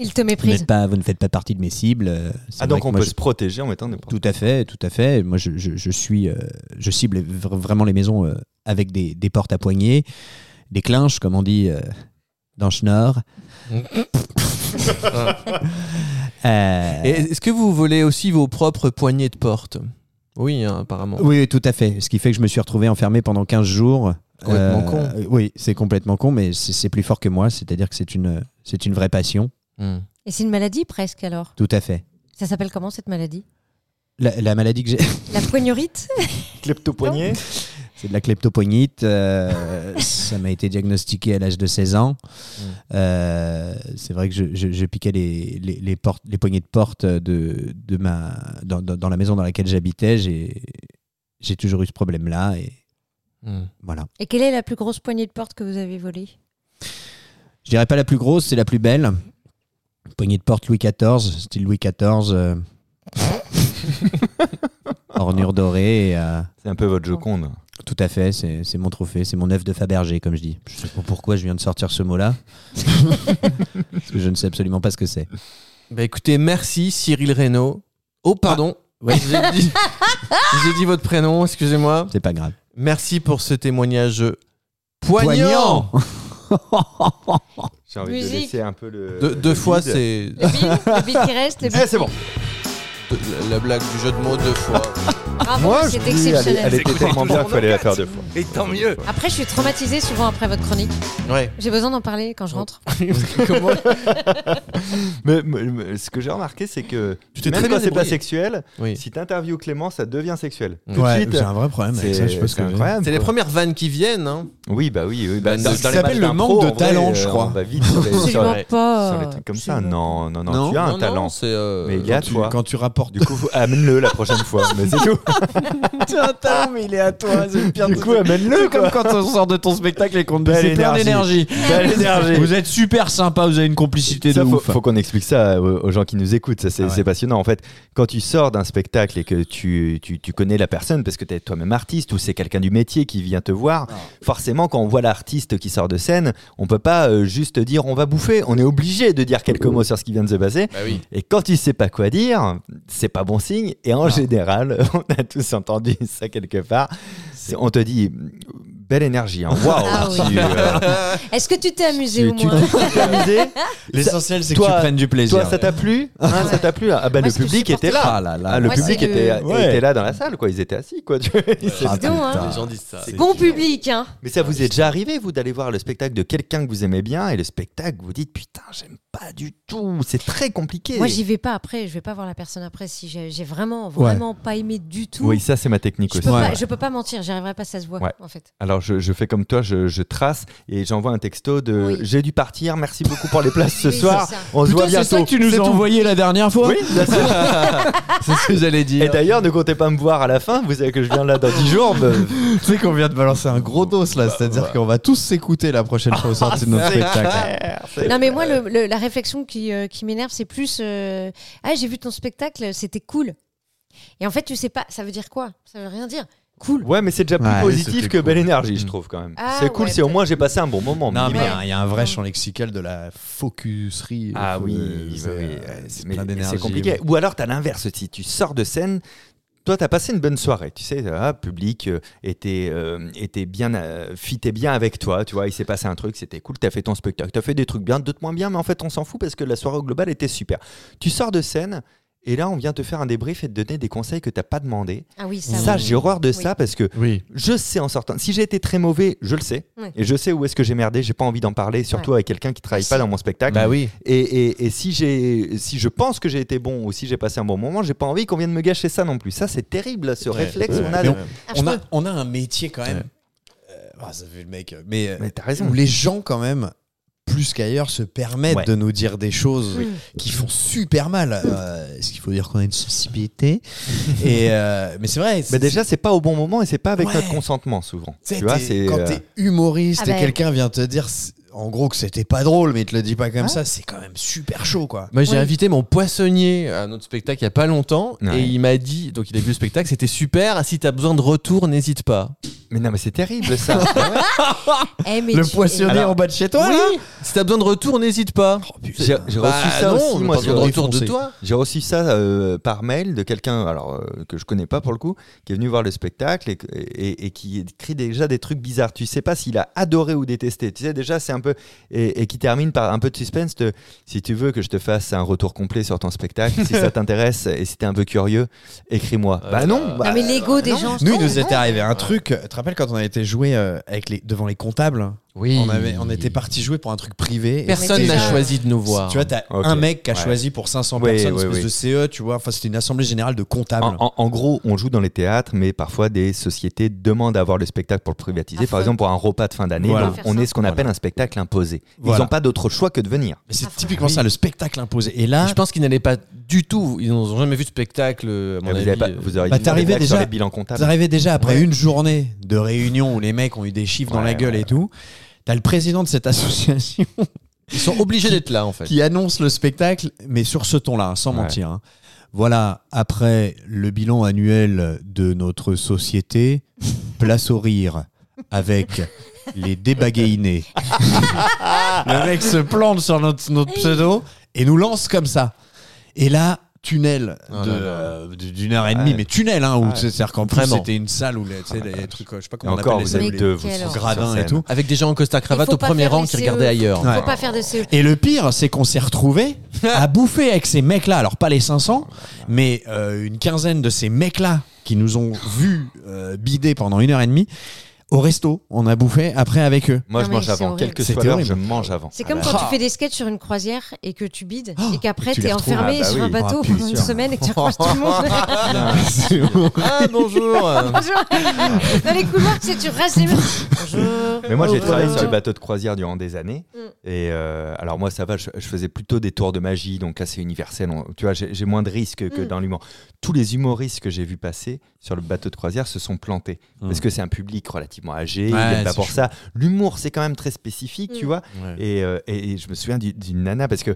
Speaker 4: Il te
Speaker 7: Vous,
Speaker 4: méprise.
Speaker 7: n'êtes pas, vous ne faites pas partie de mes cibles. euh, c'est
Speaker 2: Ah,
Speaker 7: vrai
Speaker 2: donc
Speaker 7: que
Speaker 2: on
Speaker 7: moi,
Speaker 2: peut
Speaker 7: je-
Speaker 2: se protéger en mettant des portes.
Speaker 7: Tout à fait, tout à fait. Moi, je, je- je suis, euh, je cible vr- vraiment les maisons euh, avec des, des portes à poignées, des clinches, comme on dit euh, dans Schnorr. Euh,
Speaker 3: Et Est-ce que vous volez aussi vos propres poignées de porte Oui, hein, apparemment.
Speaker 7: oui, oui, tout à fait. Ce qui fait que je me suis retrouvé enfermé pendant 15 jours.
Speaker 3: Complètement
Speaker 7: con. Oui, c'est complètement con, mais c'est c'est plus fort que moi. C'est-à-dire que c'est une, c'est une vraie passion.
Speaker 3: Hmm.
Speaker 4: Et c'est une maladie presque alors.
Speaker 7: Tout à fait.
Speaker 4: Ça s'appelle comment cette maladie
Speaker 7: La, la maladie que j'ai,
Speaker 4: La poignorite
Speaker 2: Klepto-poignet
Speaker 7: c'est de la kleptopoignite. euh, ça m'a été diagnostiqué à l'âge de 16 ans.
Speaker 3: Mm.
Speaker 7: Euh, c'est vrai que je, je- je piquais les, les, les portes, les poignées de porte de, de ma, dans, dans- dans la maison dans laquelle j'habitais. J'ai, j'ai toujours eu ce problème-là. Et
Speaker 3: Hmm.
Speaker 7: voilà.
Speaker 4: Et quelle est la plus grosse poignée de porte que vous avez volée
Speaker 7: Je dirais pas la plus grosse, c'est la plus belle. Poignée de porte Louis XIV, style Louis XIV. euh, Ornure dorée. et, euh,
Speaker 2: C'est un peu votre Joconde.
Speaker 7: Tout à fait, c'est c'est mon trophée, c'est mon œuf de Fabergé, comme je dis. Je sais pas pourquoi je viens de sortir ce mot-là. Parce que je ne sais absolument pas ce que c'est.
Speaker 3: Bah écoutez, merci Cyril Reynaud. Oh, pardon.
Speaker 2: Ah,
Speaker 7: Oui.
Speaker 3: J'ai dit, j'ai dit votre prénom, excusez-moi.
Speaker 7: C'est pas grave.
Speaker 3: Merci pour ce témoignage poignant.
Speaker 2: J'ai envie de
Speaker 4: Musique.
Speaker 2: laisser un peu le.
Speaker 3: De- deux
Speaker 2: le
Speaker 3: fois,
Speaker 2: Euh, vide.
Speaker 3: c'est
Speaker 4: Le bide, le bide qui reste, le bide
Speaker 2: Eh, c'est bon.
Speaker 3: de- la- la blague du jeu de mots deux fois.
Speaker 4: Bravo,
Speaker 2: Moi, je
Speaker 4: c'est
Speaker 2: dis, elle,
Speaker 4: exceptionnel.
Speaker 2: elle était
Speaker 1: J'écoute
Speaker 2: tellement bien
Speaker 1: toujours
Speaker 2: qu'il fallait la
Speaker 1: nos
Speaker 2: faire
Speaker 1: quatre.
Speaker 2: deux fois.
Speaker 1: Et tant mieux.
Speaker 4: Après, je suis traumatisée souvent après votre chronique.
Speaker 3: Ouais.
Speaker 4: J'ai besoin d'en parler
Speaker 3: Oh.
Speaker 4: quand je rentre.
Speaker 3: Comment
Speaker 2: Mais, mais- mais ce que j'ai remarqué, c'est que
Speaker 3: Tu t'es
Speaker 2: même
Speaker 3: très
Speaker 2: quand
Speaker 3: bien
Speaker 2: c'est pas
Speaker 3: débrouillé.
Speaker 2: sexuel,
Speaker 3: Oui.
Speaker 2: si t'interviews Clément, ça devient sexuel. Tout de
Speaker 5: Ouais,
Speaker 2: suite,
Speaker 5: j'ai un vrai problème avec
Speaker 2: c'est
Speaker 5: ça, je sais pas ce
Speaker 2: c'est
Speaker 5: que-
Speaker 2: incroyable.
Speaker 3: C'est les
Speaker 2: quoi.
Speaker 3: premières vannes qui viennent. hein.
Speaker 2: Oui, bah oui, oui. Bah,
Speaker 3: Ça
Speaker 2: dans- dans les
Speaker 5: s'appelle
Speaker 2: matchs
Speaker 5: le
Speaker 2: d'impro,
Speaker 5: manque de
Speaker 2: en vrai,
Speaker 5: talent,
Speaker 2: euh,
Speaker 5: je crois.
Speaker 2: On va vite sur les, sur,
Speaker 4: Absolument
Speaker 2: les-
Speaker 4: pas.
Speaker 2: sur les trucs comme ça.
Speaker 4: Absolument.
Speaker 2: Non, non, non,
Speaker 7: Non,
Speaker 2: tu as
Speaker 3: Non,
Speaker 2: un
Speaker 3: non,
Speaker 2: talent.
Speaker 3: c'est, euh,
Speaker 2: Mais il y a
Speaker 5: Quand tu-
Speaker 2: toi.
Speaker 5: Quand tu rapportes
Speaker 2: Du coup, faut- amène-le la prochaine fois. Mais c'est tout.
Speaker 5: mais il est à toi, c'est le pire
Speaker 2: Du coup, amène-le. quoi.
Speaker 5: quand on sort de ton spectacle et qu'on te
Speaker 2: dit, Belle c'est plein énergie. Belle énergie.
Speaker 5: Vous êtes super sympa, vous avez une complicité
Speaker 2: Ça,
Speaker 5: de
Speaker 2: faut,
Speaker 5: ouf.
Speaker 2: faut qu'on explique ça euh, aux, aux gens qui nous écoutent. Ça, c'est
Speaker 5: Ah ouais.
Speaker 2: c'est passionnant. En fait, quand tu sors d'un spectacle et que tu, tu, tu connais la personne parce que tu es toi-même artiste ou c'est quelqu'un du métier qui vient te voir, forcément, quand on voit l'artiste qui sort de scène, on peut pas euh, juste dire on va bouffer. On est obligé de dire quelques mots sur ce qui vient de se passer.
Speaker 3: Bah oui.
Speaker 2: Et quand tu sais pas quoi dire, c'est pas bon signe. Et en général, on a tous entendu ça quelque part. C'est- On te dit belle énergie. hein. Waouh.
Speaker 4: Ah oui.
Speaker 2: tu, euh,
Speaker 4: Est-ce que tu t'es amusé
Speaker 2: tu-
Speaker 4: au
Speaker 2: tu-
Speaker 4: moins
Speaker 2: tu t'es amusé.
Speaker 5: L'essentiel, c'est que tu
Speaker 2: toi-
Speaker 5: prennes du plaisir.
Speaker 2: Toi, ça t'a plu Hein, Ça t'a plu Ah bah,
Speaker 4: Moi,
Speaker 2: le
Speaker 4: ce que je
Speaker 2: public était
Speaker 4: supporte
Speaker 2: là.
Speaker 7: Ah là là.
Speaker 2: Ah, le
Speaker 4: Moi,
Speaker 2: public
Speaker 4: c'est le-
Speaker 2: était,
Speaker 5: Ouais.
Speaker 2: était là dans la salle, quoi. Ils étaient assis, quoi. Tu- ils étaient-
Speaker 4: Dis donc, hein.
Speaker 3: Les gens disent ça.
Speaker 4: Bon public, hein
Speaker 2: Mais ça vous est déjà arrivé, vous, d'aller voir le spectacle de quelqu'un que vous aimez bien et le spectacle, vous dites putain, j'aime pas du tout. C'est très compliqué.
Speaker 4: Moi, j'y vais pas après. Je vais pas voir la personne après si j'ai j'ai vraiment, vraiment pas aimé du tout.
Speaker 2: Oui, ça, c'est ma technique
Speaker 4: je,
Speaker 2: aussi.
Speaker 4: peux pas, je peux pas mentir. J'arriverai pas, ça se voit
Speaker 2: Ouais.
Speaker 4: en fait.
Speaker 2: Alors, je, je fais comme toi, je, je trace et j'envoie un texto de
Speaker 4: Oui.
Speaker 2: j'ai dû partir, merci beaucoup pour les places ce
Speaker 4: Oui,
Speaker 2: soir.
Speaker 4: c'est ça.
Speaker 2: On se voit
Speaker 5: Putain, c'est
Speaker 2: bientôt.
Speaker 5: ça que tu nous as envoyé la dernière fois
Speaker 2: Oui, bien sûr.
Speaker 3: C'est ce que j'allais dire.
Speaker 2: Et d'ailleurs, ne comptez pas me voir à la fin. Vous savez que je viens là dans 10 jours. mais-
Speaker 5: Tu sais qu'on vient de balancer un gros dos là,
Speaker 2: Bah,
Speaker 5: c'est-à-dire qu'on va tous s'écouter la prochaine fois au sortie de notre spectacle.
Speaker 4: Non, mais moi, le- le- la réflexion qui, euh, qui m'énerve, c'est plus euh, Ah, j'ai vu ton spectacle, c'était cool. Et en fait, tu sais pas, ça veut dire quoi Ça veut rien dire. Cool.
Speaker 2: Ouais, mais c'est déjà plus
Speaker 5: Ouais,
Speaker 2: positif
Speaker 5: c'était
Speaker 2: que
Speaker 5: cool.
Speaker 2: belle énergie, je
Speaker 5: Mm.
Speaker 2: trouve quand même.
Speaker 4: Ah,
Speaker 2: c'est cool,
Speaker 4: ouais,
Speaker 2: si au
Speaker 4: peut-être.
Speaker 2: moins j'ai passé un bon moment.
Speaker 5: Non, mais il y
Speaker 2: minimum.
Speaker 5: a- il y, a un vrai champ lexical de la focuserie.
Speaker 2: Ah
Speaker 5: Faut-
Speaker 2: oui,
Speaker 5: euh,
Speaker 2: oui,
Speaker 5: c'est-
Speaker 2: oui,
Speaker 5: euh,
Speaker 2: euh,
Speaker 5: c'est
Speaker 2: mais
Speaker 5: plein d'énergie.
Speaker 2: c'est compliqué. Ou alors t'as l'inverse, si tu sors de scène, Toi, t'as passé une bonne soirée, tu sais, le public euh, était, euh, était bien, euh, fitait bien avec toi, tu vois, il s'est passé un truc, c'était cool, t'as fait ton spectacle, t'as fait des trucs bien, d'autres moins bien, mais en fait, on s'en fout parce que la soirée au global était super. Tu sors de scène, et là, on vient te faire un débrief et te donner des conseils que t'as pas demandé.
Speaker 4: Ah oui, ça.
Speaker 2: Ça,
Speaker 4: oui.
Speaker 2: j'ai horreur de
Speaker 4: Oui.
Speaker 2: ça parce que
Speaker 3: Oui.
Speaker 2: je sais en sortant. Si j'ai été très mauvais, je le sais.
Speaker 4: Ouais.
Speaker 2: Et je sais où est-ce que j'ai merdé. J'ai pas envie d'en parler, surtout avec quelqu'un qui travaille pas dans mon spectacle.
Speaker 3: Bah oui.
Speaker 2: Et, et- et si, j'ai, si je pense que j'ai été bon ou si j'ai passé un bon moment, j'ai pas envie qu'on vienne me gâcher ça non plus. Ça, c'est terrible, ce réflexe. on a
Speaker 7: Mais
Speaker 2: de-
Speaker 7: on-
Speaker 4: Ah, je
Speaker 7: on, a,
Speaker 4: crois-
Speaker 7: on a un métier quand même. Euh, ah, ça fait le mec. euh, Mais, euh,
Speaker 2: Mais t'as raison.
Speaker 7: où les gens, quand même, plus qu'ailleurs, se permettent
Speaker 2: Ouais.
Speaker 7: de nous dire des choses
Speaker 4: Oui.
Speaker 7: qui font super mal. Euh, Est-ce qu'il faut dire qu'on a une sensibilité et, euh, Mais c'est vrai. c'est-
Speaker 2: Mais Bah, déjà, c'est pas au bon moment et c'est pas avec
Speaker 7: Ouais.
Speaker 2: notre consentement souvent.
Speaker 7: c'est-
Speaker 2: Tu vois,
Speaker 7: t'es-
Speaker 2: c'est.
Speaker 7: quand
Speaker 2: euh,
Speaker 7: t'es humoriste
Speaker 4: Ah
Speaker 7: et
Speaker 4: bah.
Speaker 7: quelqu'un vient te dire c'est- en gros que c'était pas drôle, mais il te le dit pas comme ça, c'est quand même super chaud quoi.
Speaker 3: Moi, j'ai
Speaker 4: Ah. Oui.
Speaker 3: invité mon poissonnier à notre spectacle il y a pas longtemps
Speaker 2: Ouais.
Speaker 3: et il m'a dit donc il a vu le spectacle, c'était super, si t'as besoin de retour, n'hésite pas.
Speaker 2: Mais non, mais c'est terrible ça.
Speaker 4: Eh, mais
Speaker 7: le
Speaker 4: tu-
Speaker 7: poissonnier en bas de chez toi là Oh,
Speaker 3: oui, si t'as besoin de retour, n'hésite pas.
Speaker 4: Oh,
Speaker 3: Bah,
Speaker 2: J'ai j'ai reçu ça
Speaker 3: non,
Speaker 2: aussi,
Speaker 3: on a
Speaker 2: moi,
Speaker 3: pas
Speaker 2: sur-
Speaker 3: besoin de retour de
Speaker 7: défoncé.
Speaker 3: toi.
Speaker 2: J'ai reçu ça euh, par mail de quelqu'un alors euh, que je connais pas pour le coup, qui est venu voir le spectacle et, et- et qui écrit déjà des trucs bizarres. Tu sais pas s'il a adoré ou détesté. Tu sais déjà c'est un peu et, et qui termine par un peu de suspense. de, si tu veux que je te fasse un retour complet sur ton spectacle, si ça t'intéresse et si t'es un peu curieux, écris-moi. bah
Speaker 7: Euh,
Speaker 2: non. bah,
Speaker 4: Ah, mais l'ego des
Speaker 2: non.
Speaker 4: gens.
Speaker 7: Nous, il
Speaker 4: non,
Speaker 7: nous
Speaker 4: non.
Speaker 7: était arrivé un truc. euh, Tu te rappelles quand on a été joué euh, avec les, devant les comptables
Speaker 3: Oui.
Speaker 7: on, avait, on était parti jouer pour un truc privé. et
Speaker 3: Personne
Speaker 7: c'était- euh,
Speaker 3: n'a
Speaker 4: déjà-
Speaker 3: choisi de nous voir.
Speaker 7: Tu vois, t'as
Speaker 2: Ok.
Speaker 7: un mec qui a
Speaker 2: Ouais.
Speaker 7: choisi pour 500
Speaker 2: Oui,
Speaker 7: personnes, une
Speaker 2: oui,
Speaker 7: espèce
Speaker 2: oui.
Speaker 7: de CE, tu vois. Enfin, c'était une assemblée générale de comptables.
Speaker 2: En, en- en gros, on joue dans les théâtres, mais parfois des sociétés demandent à avoir le spectacle pour le privatiser.
Speaker 4: À
Speaker 2: Par
Speaker 4: fond.
Speaker 2: exemple, pour un repas de fin d'année,
Speaker 7: Voilà.
Speaker 2: donc on est ce qu'on appelle un spectacle imposé. Ils n'ont
Speaker 7: Voilà.
Speaker 2: pas d'autre choix que de venir.
Speaker 7: Mais c'est
Speaker 4: Ah,
Speaker 7: typiquement
Speaker 4: oui.
Speaker 7: ça, le spectacle imposé. Et là,
Speaker 3: Je pense qu'ils n'allaient pas du tout, ils n'ont jamais vu de spectacle à mon
Speaker 2: vous,
Speaker 3: avis.
Speaker 2: avez pas-
Speaker 3: euh,
Speaker 2: vous auriez
Speaker 7: Bah,
Speaker 2: dû
Speaker 7: t'es arrivé
Speaker 2: faire des blagues sur
Speaker 7: déjà-
Speaker 2: les bilans comptables.
Speaker 7: t'arrivais déjà après une journée de réunion où les mecs ont eu des chiffres dans
Speaker 2: Ouais,
Speaker 7: la gueule
Speaker 2: ouais,
Speaker 7: et tout. T'as le président de cette association
Speaker 3: Ils sont obligés d'être là en fait.
Speaker 7: qui annonce le spectacle, mais sur ce ton-là, hein, sans
Speaker 2: Ouais.
Speaker 7: mentir. hein. Voilà, après le bilan annuel de notre société, place au rire avec les débagaïnés. le mec se plante sur notre, notre pseudo et nous lance comme ça. Et là, tunnel de,
Speaker 3: Oh là là.
Speaker 7: euh, d'une heure et demie,
Speaker 2: Ouais.
Speaker 7: mais tunnel, hein, où
Speaker 2: Ouais. Ah bah
Speaker 7: c'est- c'est-à-dire qu'en plus
Speaker 3: Vraiment.
Speaker 7: c'était une salle où les, tu sais, les trucs, euh, je sais pas
Speaker 2: Et
Speaker 7: comment on
Speaker 2: encore,
Speaker 7: appelle
Speaker 2: vous
Speaker 7: les
Speaker 2: avez
Speaker 4: Mais
Speaker 7: salles,
Speaker 2: deux, vous
Speaker 4: quel
Speaker 2: sont
Speaker 4: horreur.
Speaker 2: sur
Speaker 7: gradins et
Speaker 2: scène.
Speaker 7: tout.
Speaker 3: Avec des gens en costard cravate
Speaker 4: faut
Speaker 3: au
Speaker 4: pas
Speaker 3: premier
Speaker 4: faire
Speaker 3: rang
Speaker 4: les
Speaker 3: qui
Speaker 4: CE.
Speaker 3: regardaient ailleurs.
Speaker 7: Ouais.
Speaker 4: Faut pas faire de CE.
Speaker 7: Et le pire, c'est qu'on s'est retrouvés à bouffer avec ces mecs-là. Alors, pas les 500, mais euh, une quinzaine de ces mecs-là qui nous ont vus euh, bider pendant une heure et demie au resto. On a bouffé après avec eux.
Speaker 2: Moi,
Speaker 4: Non,
Speaker 2: je
Speaker 4: mais
Speaker 2: mange
Speaker 4: c'est
Speaker 2: avant.
Speaker 4: horrible.
Speaker 2: Quel que soit
Speaker 7: C'était
Speaker 2: l'heure,
Speaker 7: horrible.
Speaker 2: je mange avant.
Speaker 4: C'est
Speaker 2: Ah
Speaker 4: comme
Speaker 2: bah, Oh,
Speaker 4: quand tu fais des sketchs sur une croisière et que tu bides et qu'après
Speaker 7: et tu
Speaker 4: t'es
Speaker 7: les retrouves.
Speaker 4: enfermé
Speaker 2: Ah bah
Speaker 4: sur
Speaker 2: oui.
Speaker 4: un bateau
Speaker 2: Ah,
Speaker 4: pendant
Speaker 2: putain.
Speaker 4: une semaine et tu croises tout le monde.
Speaker 3: Ah bonjour.
Speaker 4: Dans les couloirs, tu sais, tu rases les mains. Bonjour.
Speaker 2: Mais moi, j'ai
Speaker 4: Bonjour.
Speaker 2: travaillé sur les bateaux de croisière durant des années.
Speaker 4: Oh, Mm.
Speaker 2: Et euh, alors, moi, ça va, je, je faisais plutôt des tours de magie, donc assez universel. On- tu vois, j'ai j'ai moins de risques que
Speaker 4: Mm.
Speaker 2: dans l'humour. Tous les humoristes que j'ai vus passer sur le bateau de croisière se sont plantés.
Speaker 7: Mm.
Speaker 2: Parce que c'est un public relativement âgé, ils
Speaker 7: Ouais,
Speaker 2: viennent pas
Speaker 7: c'est
Speaker 2: pour
Speaker 7: chaud.
Speaker 2: ça. L'humour, c'est quand même très spécifique, tu
Speaker 4: Mm.
Speaker 2: vois. Et, euh, et- et je me souviens du- d'une nana, parce que.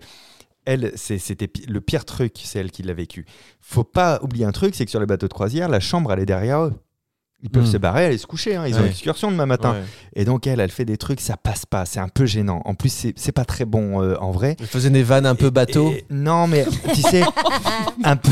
Speaker 2: Elle, c'est- c'était pi- le pire truc, c'est elle qui l'a vécu. Faut pas oublier un truc, c'est que sur les bateaux de croisière, la chambre, elle est derrière eux. Ils peuvent
Speaker 7: Mm.
Speaker 2: se barrer, aller se coucher. hein. Ils ont
Speaker 3: Ouais.
Speaker 2: excursion demain matin. Et donc elle, elle fait des trucs, ça passe pas, c'est un peu gênant. En plus, c'est c'est pas très bon euh, en vrai.
Speaker 3: Ils faisaient des vannes un peu bateau.
Speaker 2: Et- non, mais tu sais, un peu,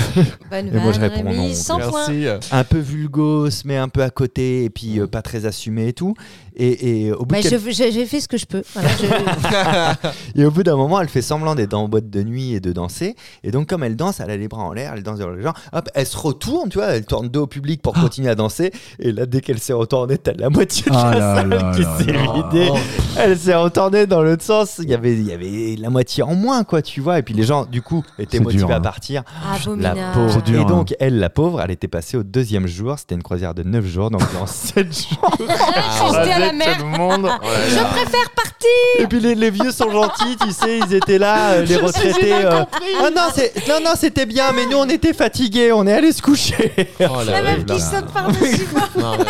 Speaker 4: Bonne
Speaker 2: Et moi, je
Speaker 4: vanne,
Speaker 2: réponds
Speaker 4: Rémi,
Speaker 2: non.
Speaker 4: 100 points.
Speaker 2: un peu vulgos, mais un peu à côté, et puis euh, pas très assumé et tout. Et, et au bout
Speaker 4: Bah,
Speaker 2: de
Speaker 4: je- je- J'ai fait ce que je peux. Voilà, je- Ah,
Speaker 2: Et au bout d'un moment, elle fait semblant d'être en boîte de nuit et de danser. Et donc, comme elle danse, elle a les bras en l'air, elle danse dans les gens. Hop, elle se retourne, tu vois, elle tourne dos au public
Speaker 7: Ah.
Speaker 2: pour continuer à danser. Et là, dès qu'elle s'est retournée, t'as la moitié de la
Speaker 7: Ah là
Speaker 2: salle
Speaker 7: là
Speaker 2: qui
Speaker 7: là
Speaker 2: s'est vidée. Elle s'est retournée dans l'autre sens. Il y avait, il y avait la moitié en moins, quoi, tu vois. Et puis, les gens, du coup, étaient
Speaker 7: C'est
Speaker 2: motivés
Speaker 7: dur,
Speaker 2: à
Speaker 7: hein.
Speaker 2: partir. La
Speaker 4: Abominable.
Speaker 2: pauvre.
Speaker 7: C'est dur, hein.
Speaker 2: et donc, elle, la pauvre, elle était passée au deuxième jour. C'était une croisière de 9 jours, donc dans 7 jours.
Speaker 4: Rester Ah, à la
Speaker 2: avec
Speaker 4: mer.
Speaker 2: tout le monde.
Speaker 4: Je préfère partir.
Speaker 2: Et puis les, les vieux sont gentils, tu sais, ils étaient là, euh, les retraités. euh, Ah non, c'est- non, non, c'était bien, mais nous on était fatigués, on est allés se coucher.
Speaker 3: Oh
Speaker 4: La
Speaker 2: bah,
Speaker 3: là là.
Speaker 4: meuf qui saute par-dessus moi.
Speaker 3: Non, ouais.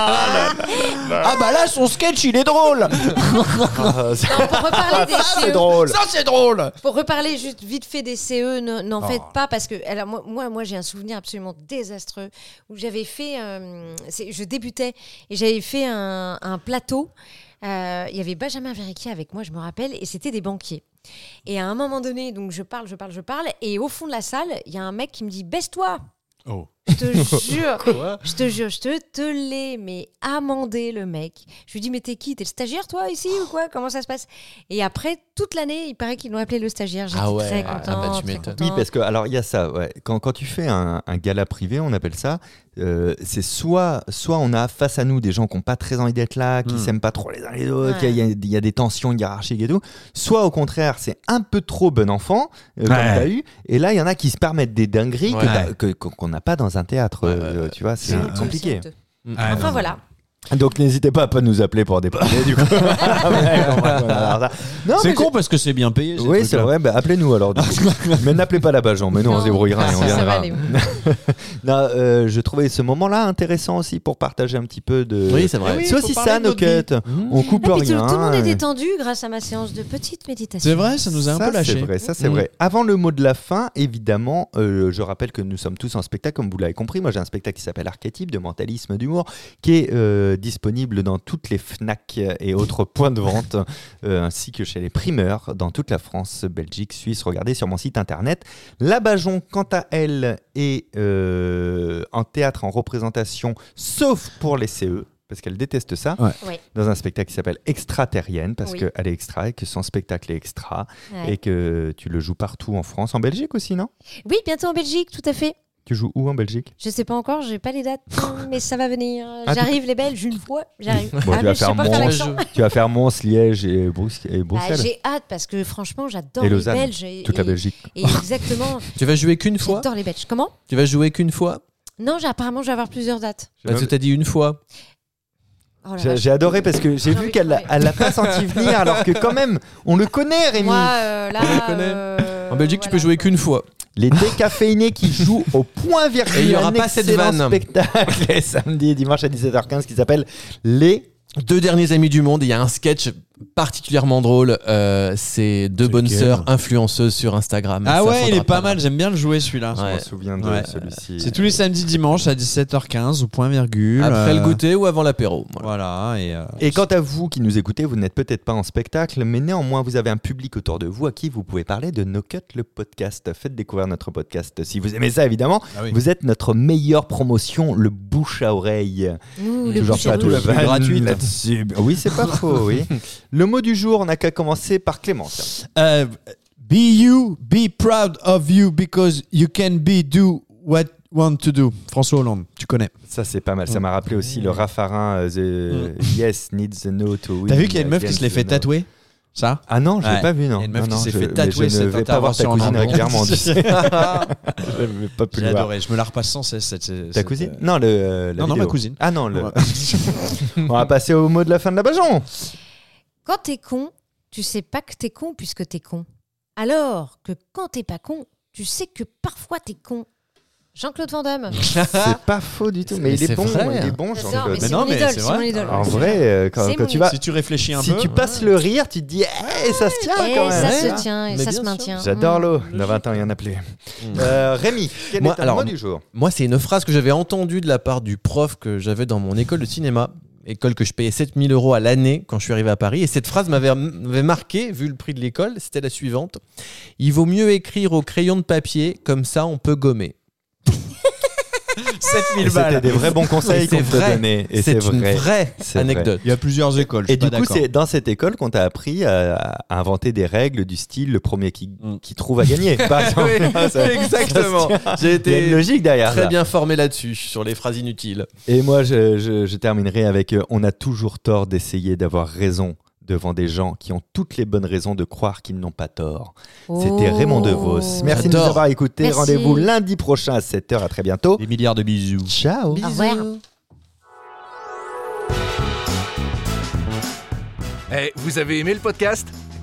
Speaker 7: Ah bah là, son sketch, il est drôle
Speaker 4: Non, Pour reparler des CE,
Speaker 2: Ah, drôle.
Speaker 7: Ça, c'est drôle
Speaker 4: Pour reparler juste vite fait des CE, ne- n'en
Speaker 7: Oh.
Speaker 4: faites pas parce que alors, moi, moi, moi, j'ai un souvenir absolument désastreux où j'avais fait, euh, c'est- je débutais et j'avais fait un, un plateau Euh, il y avait Benjamin Vériquier avec moi, je me rappelle, et c'était des banquiers. Et à un moment donné, donc je parle, je parle, je parle, et au fond de la salle, il y a un mec qui me dit Baisse-toi
Speaker 7: Oh.
Speaker 4: Je te jure, je te jure, je te, te l'ai, mais amendé le mec. Je lui dis, mais t'es qui T'es le stagiaire, toi, ici, ou quoi Comment ça se passe Et après, toute l'année, il paraît qu'ils l'ont appelé le stagiaire. J'étais
Speaker 3: Ah ouais,
Speaker 4: très
Speaker 3: ah
Speaker 4: contente.
Speaker 3: bah tu
Speaker 4: très
Speaker 3: m'étonnes.
Speaker 2: Oui,
Speaker 4: contente.
Speaker 2: parce que alors il y a ça. ouais. Quand, quand tu fais un, un gala privé, on appelle ça. euh, c'est soit soit on a face à nous des gens qui n'ont pas très envie d'être là,
Speaker 3: Hmm.
Speaker 2: qui
Speaker 6: Mm.
Speaker 2: s'aiment pas trop les uns les autres,
Speaker 4: Ouais.
Speaker 2: il y a- il y, a- il y a des tensions hiérarchiques et tout. Soit au contraire c'est un peu trop bon enfant euh, comme
Speaker 6: Ouais.
Speaker 2: t'as eu. Et là il y en a qui se permettent des dingueries que
Speaker 3: Ouais.
Speaker 2: t'as- que- qu'on qu'on n'a pas dans un théâtre.
Speaker 3: Ouais,
Speaker 2: euh, Tu vois, c'est
Speaker 4: C'est honteux, c'est
Speaker 2: compliqué.
Speaker 4: honteux.
Speaker 6: Ah,
Speaker 4: Enfin
Speaker 6: non.
Speaker 4: voilà.
Speaker 2: Donc n'hésitez pas à pas nous appeler pour des projets du coup. Ouais, on va- on va voir ça. Non, mais
Speaker 7: C'est con parce que c'est bien payé. ces
Speaker 2: oui, c'est
Speaker 7: trucs-là.
Speaker 2: vrai. Bah, appelez-nous alors. du coup. mais n'appelez pas la Bajon. Mais nous, on se
Speaker 4: Non.
Speaker 3: Ah,
Speaker 2: débrouillera et on
Speaker 4: Ça, ça
Speaker 2: viendra.
Speaker 4: va aller.
Speaker 2: Non, euh, je trouvais ce moment-là intéressant aussi pour partager un petit peu de.
Speaker 3: Oui, c'est vrai.
Speaker 2: C'est aussi
Speaker 6: parler
Speaker 2: ça,
Speaker 6: de
Speaker 2: nos
Speaker 6: notre
Speaker 2: quêtes. On coupe
Speaker 4: Ah, puis tout,
Speaker 2: rien.
Speaker 4: tout le monde est
Speaker 2: hein.
Speaker 4: détendu grâce à ma séance de petite méditation.
Speaker 7: C'est vrai, ça nous a un
Speaker 2: Ça,
Speaker 7: peu lâché.
Speaker 2: C'est vrai, ça c'est
Speaker 3: Mm.
Speaker 2: vrai. Avant le mot de la fin, évidemment, euh, je rappelle que nous sommes tous en spectacle, comme vous l'avez compris. Moi j'ai un spectacle qui s'appelle Archétype de mentalisme d'humour, qui est euh, disponible dans toutes les FNAC et autres points de vente, euh, ainsi que chez les primeurs dans toute la France, Belgique, Suisse. Regardez sur mon site internet. La Bajon, quant à elle, est euh, en théâtre, en représentation, sauf pour les CE. Parce qu'elle déteste ça,
Speaker 7: Ouais.
Speaker 4: Ouais.
Speaker 2: dans un spectacle qui s'appelle Extraterrienne, parce
Speaker 4: Oui.
Speaker 2: qu'elle est extra et que son spectacle est extra
Speaker 4: Ouais.
Speaker 2: et que tu le joues partout en France, en Belgique aussi, non
Speaker 4: Oui, bientôt en Belgique, tout à fait.
Speaker 2: Tu joues où en Belgique
Speaker 4: Je sais pas encore, j'ai pas les dates, mais ça va venir.
Speaker 2: Ah,
Speaker 4: J'arrive les Belges une fois, j'arrive.
Speaker 2: Bon, tu
Speaker 4: ah,
Speaker 2: vas
Speaker 4: mais je sais
Speaker 2: faire
Speaker 4: pas faire
Speaker 2: Mons,
Speaker 4: l'accent.
Speaker 2: Tu vas faire Mons, Liège et, Brux- et
Speaker 4: Bah,
Speaker 2: Bruxelles,
Speaker 4: j'ai Oh hâte parce que franchement, j'adore
Speaker 2: Et
Speaker 4: les
Speaker 2: Lausanne,
Speaker 4: Belges. Et,
Speaker 2: toute la
Speaker 4: et-
Speaker 2: Belgique.
Speaker 4: et exactement,
Speaker 3: Tu vas jouer qu'une fois
Speaker 4: j'adore les Belges. Comment
Speaker 3: Tu vas jouer qu'une fois
Speaker 4: Non, j'ai- apparemment, je vais avoir plusieurs dates.
Speaker 2: J'ai
Speaker 3: Parce que
Speaker 2: même-
Speaker 3: t'as dit une fois.
Speaker 4: Oh la
Speaker 2: J'ai
Speaker 4: vache.
Speaker 2: j'ai adoré parce que j'ai
Speaker 4: J'ai
Speaker 2: vu
Speaker 4: envie
Speaker 2: qu'elle
Speaker 4: de
Speaker 2: elle l'a pas senti venir alors que quand même on le connaît Rémi.
Speaker 4: Moi, euh, là.
Speaker 3: On les connaît.
Speaker 4: euh,
Speaker 3: En Belgique, tu peux
Speaker 4: voilà,
Speaker 3: jouer
Speaker 4: quoi.
Speaker 3: qu'une fois.
Speaker 2: Les décaféinés qui jouent au point virgule.
Speaker 3: Et il y aura
Speaker 2: un
Speaker 3: pas cette
Speaker 2: excellent
Speaker 3: vanne.
Speaker 2: spectacle samedi et dimanche à 17h15 qui s'appelle Les
Speaker 3: Deux derniers amis du monde, il y a un sketch particulièrement drôle. euh, c'est deux bonnes
Speaker 7: lequel
Speaker 3: sœurs influenceuses sur Instagram.
Speaker 6: Ah
Speaker 3: Ça
Speaker 6: ouais, il
Speaker 3: faudra
Speaker 6: est pas mal, j'aime bien le jouer celui-là.
Speaker 2: Je
Speaker 3: Ouais.
Speaker 2: me souviens de
Speaker 6: Ouais.
Speaker 2: celui-ci.
Speaker 6: C'est tous les samedis dimanches à 17h15 au point virgule.
Speaker 3: Après le
Speaker 6: euh,
Speaker 3: goûter ou avant l'apéro. voilà.
Speaker 6: Voilà, et euh,
Speaker 2: Et quant à vous qui nous écoutez, vous n'êtes peut-être pas en spectacle, mais néanmoins vous avez un public autour de vous à qui vous pouvez parler de No Cut le podcast. Faites découvrir notre podcast si vous aimez ça évidemment.
Speaker 7: Ah oui.
Speaker 2: Vous êtes notre meilleure promotion, le bouche à oreille.
Speaker 4: Ouh, le
Speaker 2: Toujours
Speaker 4: bouche à
Speaker 2: pas tout
Speaker 4: bouche.
Speaker 2: la vanne
Speaker 6: gratuite.
Speaker 2: là-dessus. Oui, c'est pas faux. Oui. Le mot du jour, on n'a qu'à commencer par Clémence.
Speaker 7: Euh, be you, be proud of you because you can be do what you want to do. François Hollande, tu connais.
Speaker 2: Ça c'est pas mal. Ça m'a rappelé aussi le Raffarin. euh, The Yes needs a no to win.
Speaker 6: Mm. t'as vu qu'il y a une meuf qui
Speaker 2: against
Speaker 6: se l'est
Speaker 2: the
Speaker 6: fait
Speaker 2: no.
Speaker 6: tatouer Ça
Speaker 2: Ah non, je l'ai
Speaker 6: Ouais.
Speaker 2: pas vu non.
Speaker 6: Il y a une meuf
Speaker 2: Non,
Speaker 6: qui
Speaker 2: non,
Speaker 6: s'est
Speaker 2: je-
Speaker 6: fait
Speaker 2: mais
Speaker 6: tatouer
Speaker 2: Je ne
Speaker 6: cette
Speaker 2: vais pas voir ta
Speaker 6: intervention en
Speaker 2: cousine
Speaker 6: amont.
Speaker 2: régulièrement. tu sais.
Speaker 6: J'ai
Speaker 2: Je vais pas plus le voir.
Speaker 6: adoré, je me la repasse sans cesse. cette-
Speaker 2: Ta
Speaker 6: cette,
Speaker 2: cousine
Speaker 6: euh,
Speaker 2: Non, le, euh, la
Speaker 6: non, non,
Speaker 2: vidéo.
Speaker 6: ma cousine.
Speaker 2: Ah non, le...
Speaker 6: Ouais.
Speaker 2: on va passer au mot de la fin de la Bajon.
Speaker 4: Quand t'es con, tu sais pas que t'es con puisque t'es con. Alors que quand t'es pas con, tu sais que parfois t'es con. Jean-Claude Van Damme.
Speaker 2: C'est pas faux du tout, mais,
Speaker 3: mais
Speaker 2: il est
Speaker 3: c'est
Speaker 2: bon,
Speaker 3: vrai.
Speaker 2: il est bon,
Speaker 4: J'adore,
Speaker 2: Jean-Claude.
Speaker 4: mais c'est
Speaker 6: non,
Speaker 4: mon
Speaker 6: mais
Speaker 4: idole,
Speaker 6: c'est
Speaker 4: c'est
Speaker 6: vrai.
Speaker 4: mon idole.
Speaker 2: En vrai, euh, quand,
Speaker 4: C'est
Speaker 2: quand
Speaker 4: mon
Speaker 2: tu vas,
Speaker 6: Si tu réfléchis un
Speaker 2: si
Speaker 6: peu.
Speaker 2: tu passes le rire, tu te dis, Eh, ça se tient
Speaker 4: Et
Speaker 2: quand même. hein.
Speaker 4: ça
Speaker 3: Ouais.
Speaker 4: se tient, et
Speaker 3: Mais
Speaker 4: ça
Speaker 3: bien
Speaker 4: se
Speaker 3: sûr.
Speaker 4: maintient.
Speaker 2: J'adore
Speaker 4: Mm.
Speaker 2: l'eau. Dans 20 ans, il y en a plus. Euh, Rémi, quel
Speaker 3: Moi,
Speaker 2: est ton
Speaker 3: alors,
Speaker 2: mot du jour
Speaker 3: Moi, c'est une phrase que j'avais entendue de la part du prof que j'avais dans mon école de cinéma, école que je payais 7000 euros à l'année quand je suis arrivé à Paris. Et cette phrase m'avait m'avait marqué, vu le prix de l'école, c'était la suivante. Il vaut mieux écrire au crayon de papier, comme ça on peut gommer.
Speaker 6: 7000
Speaker 2: Et C'était des vrais bons conseils
Speaker 3: Et c'est
Speaker 2: qu'on te
Speaker 3: vrai.
Speaker 2: donnait. Et
Speaker 3: c'est
Speaker 2: c'est
Speaker 3: une
Speaker 2: vrai.
Speaker 3: vraie
Speaker 2: C'est vrai.
Speaker 3: anecdote.
Speaker 7: Il y a plusieurs écoles.
Speaker 2: Et
Speaker 7: je suis
Speaker 2: du
Speaker 7: pas
Speaker 2: coup,
Speaker 7: d'accord.
Speaker 2: c'est dans cette école qu'on t'a appris à, à inventer des règles du style le premier qui,
Speaker 6: Mm.
Speaker 2: qui trouve à gagner. Par exemple. Ça-
Speaker 3: exactement. J'ai
Speaker 2: Il y a une
Speaker 3: été
Speaker 2: logique derrière.
Speaker 3: très
Speaker 2: ça.
Speaker 3: bien formé là-dessus, sur les phrases inutiles.
Speaker 2: Et moi, je, je- je terminerai avec euh, on a toujours tort d'essayer d'avoir raison devant des gens qui ont toutes les bonnes raisons de croire qu'ils n'ont pas tort. C'était
Speaker 4: Oh.
Speaker 2: Raymond DeVos. Merci de nous
Speaker 3: J'adore.
Speaker 2: avoir écoutés.
Speaker 4: Merci.
Speaker 2: Rendez-vous lundi prochain à 7h. À très bientôt.
Speaker 7: Des milliards de bisous.
Speaker 2: Ciao.
Speaker 4: Au revoir.
Speaker 1: Eh, vous avez aimé le podcast Eh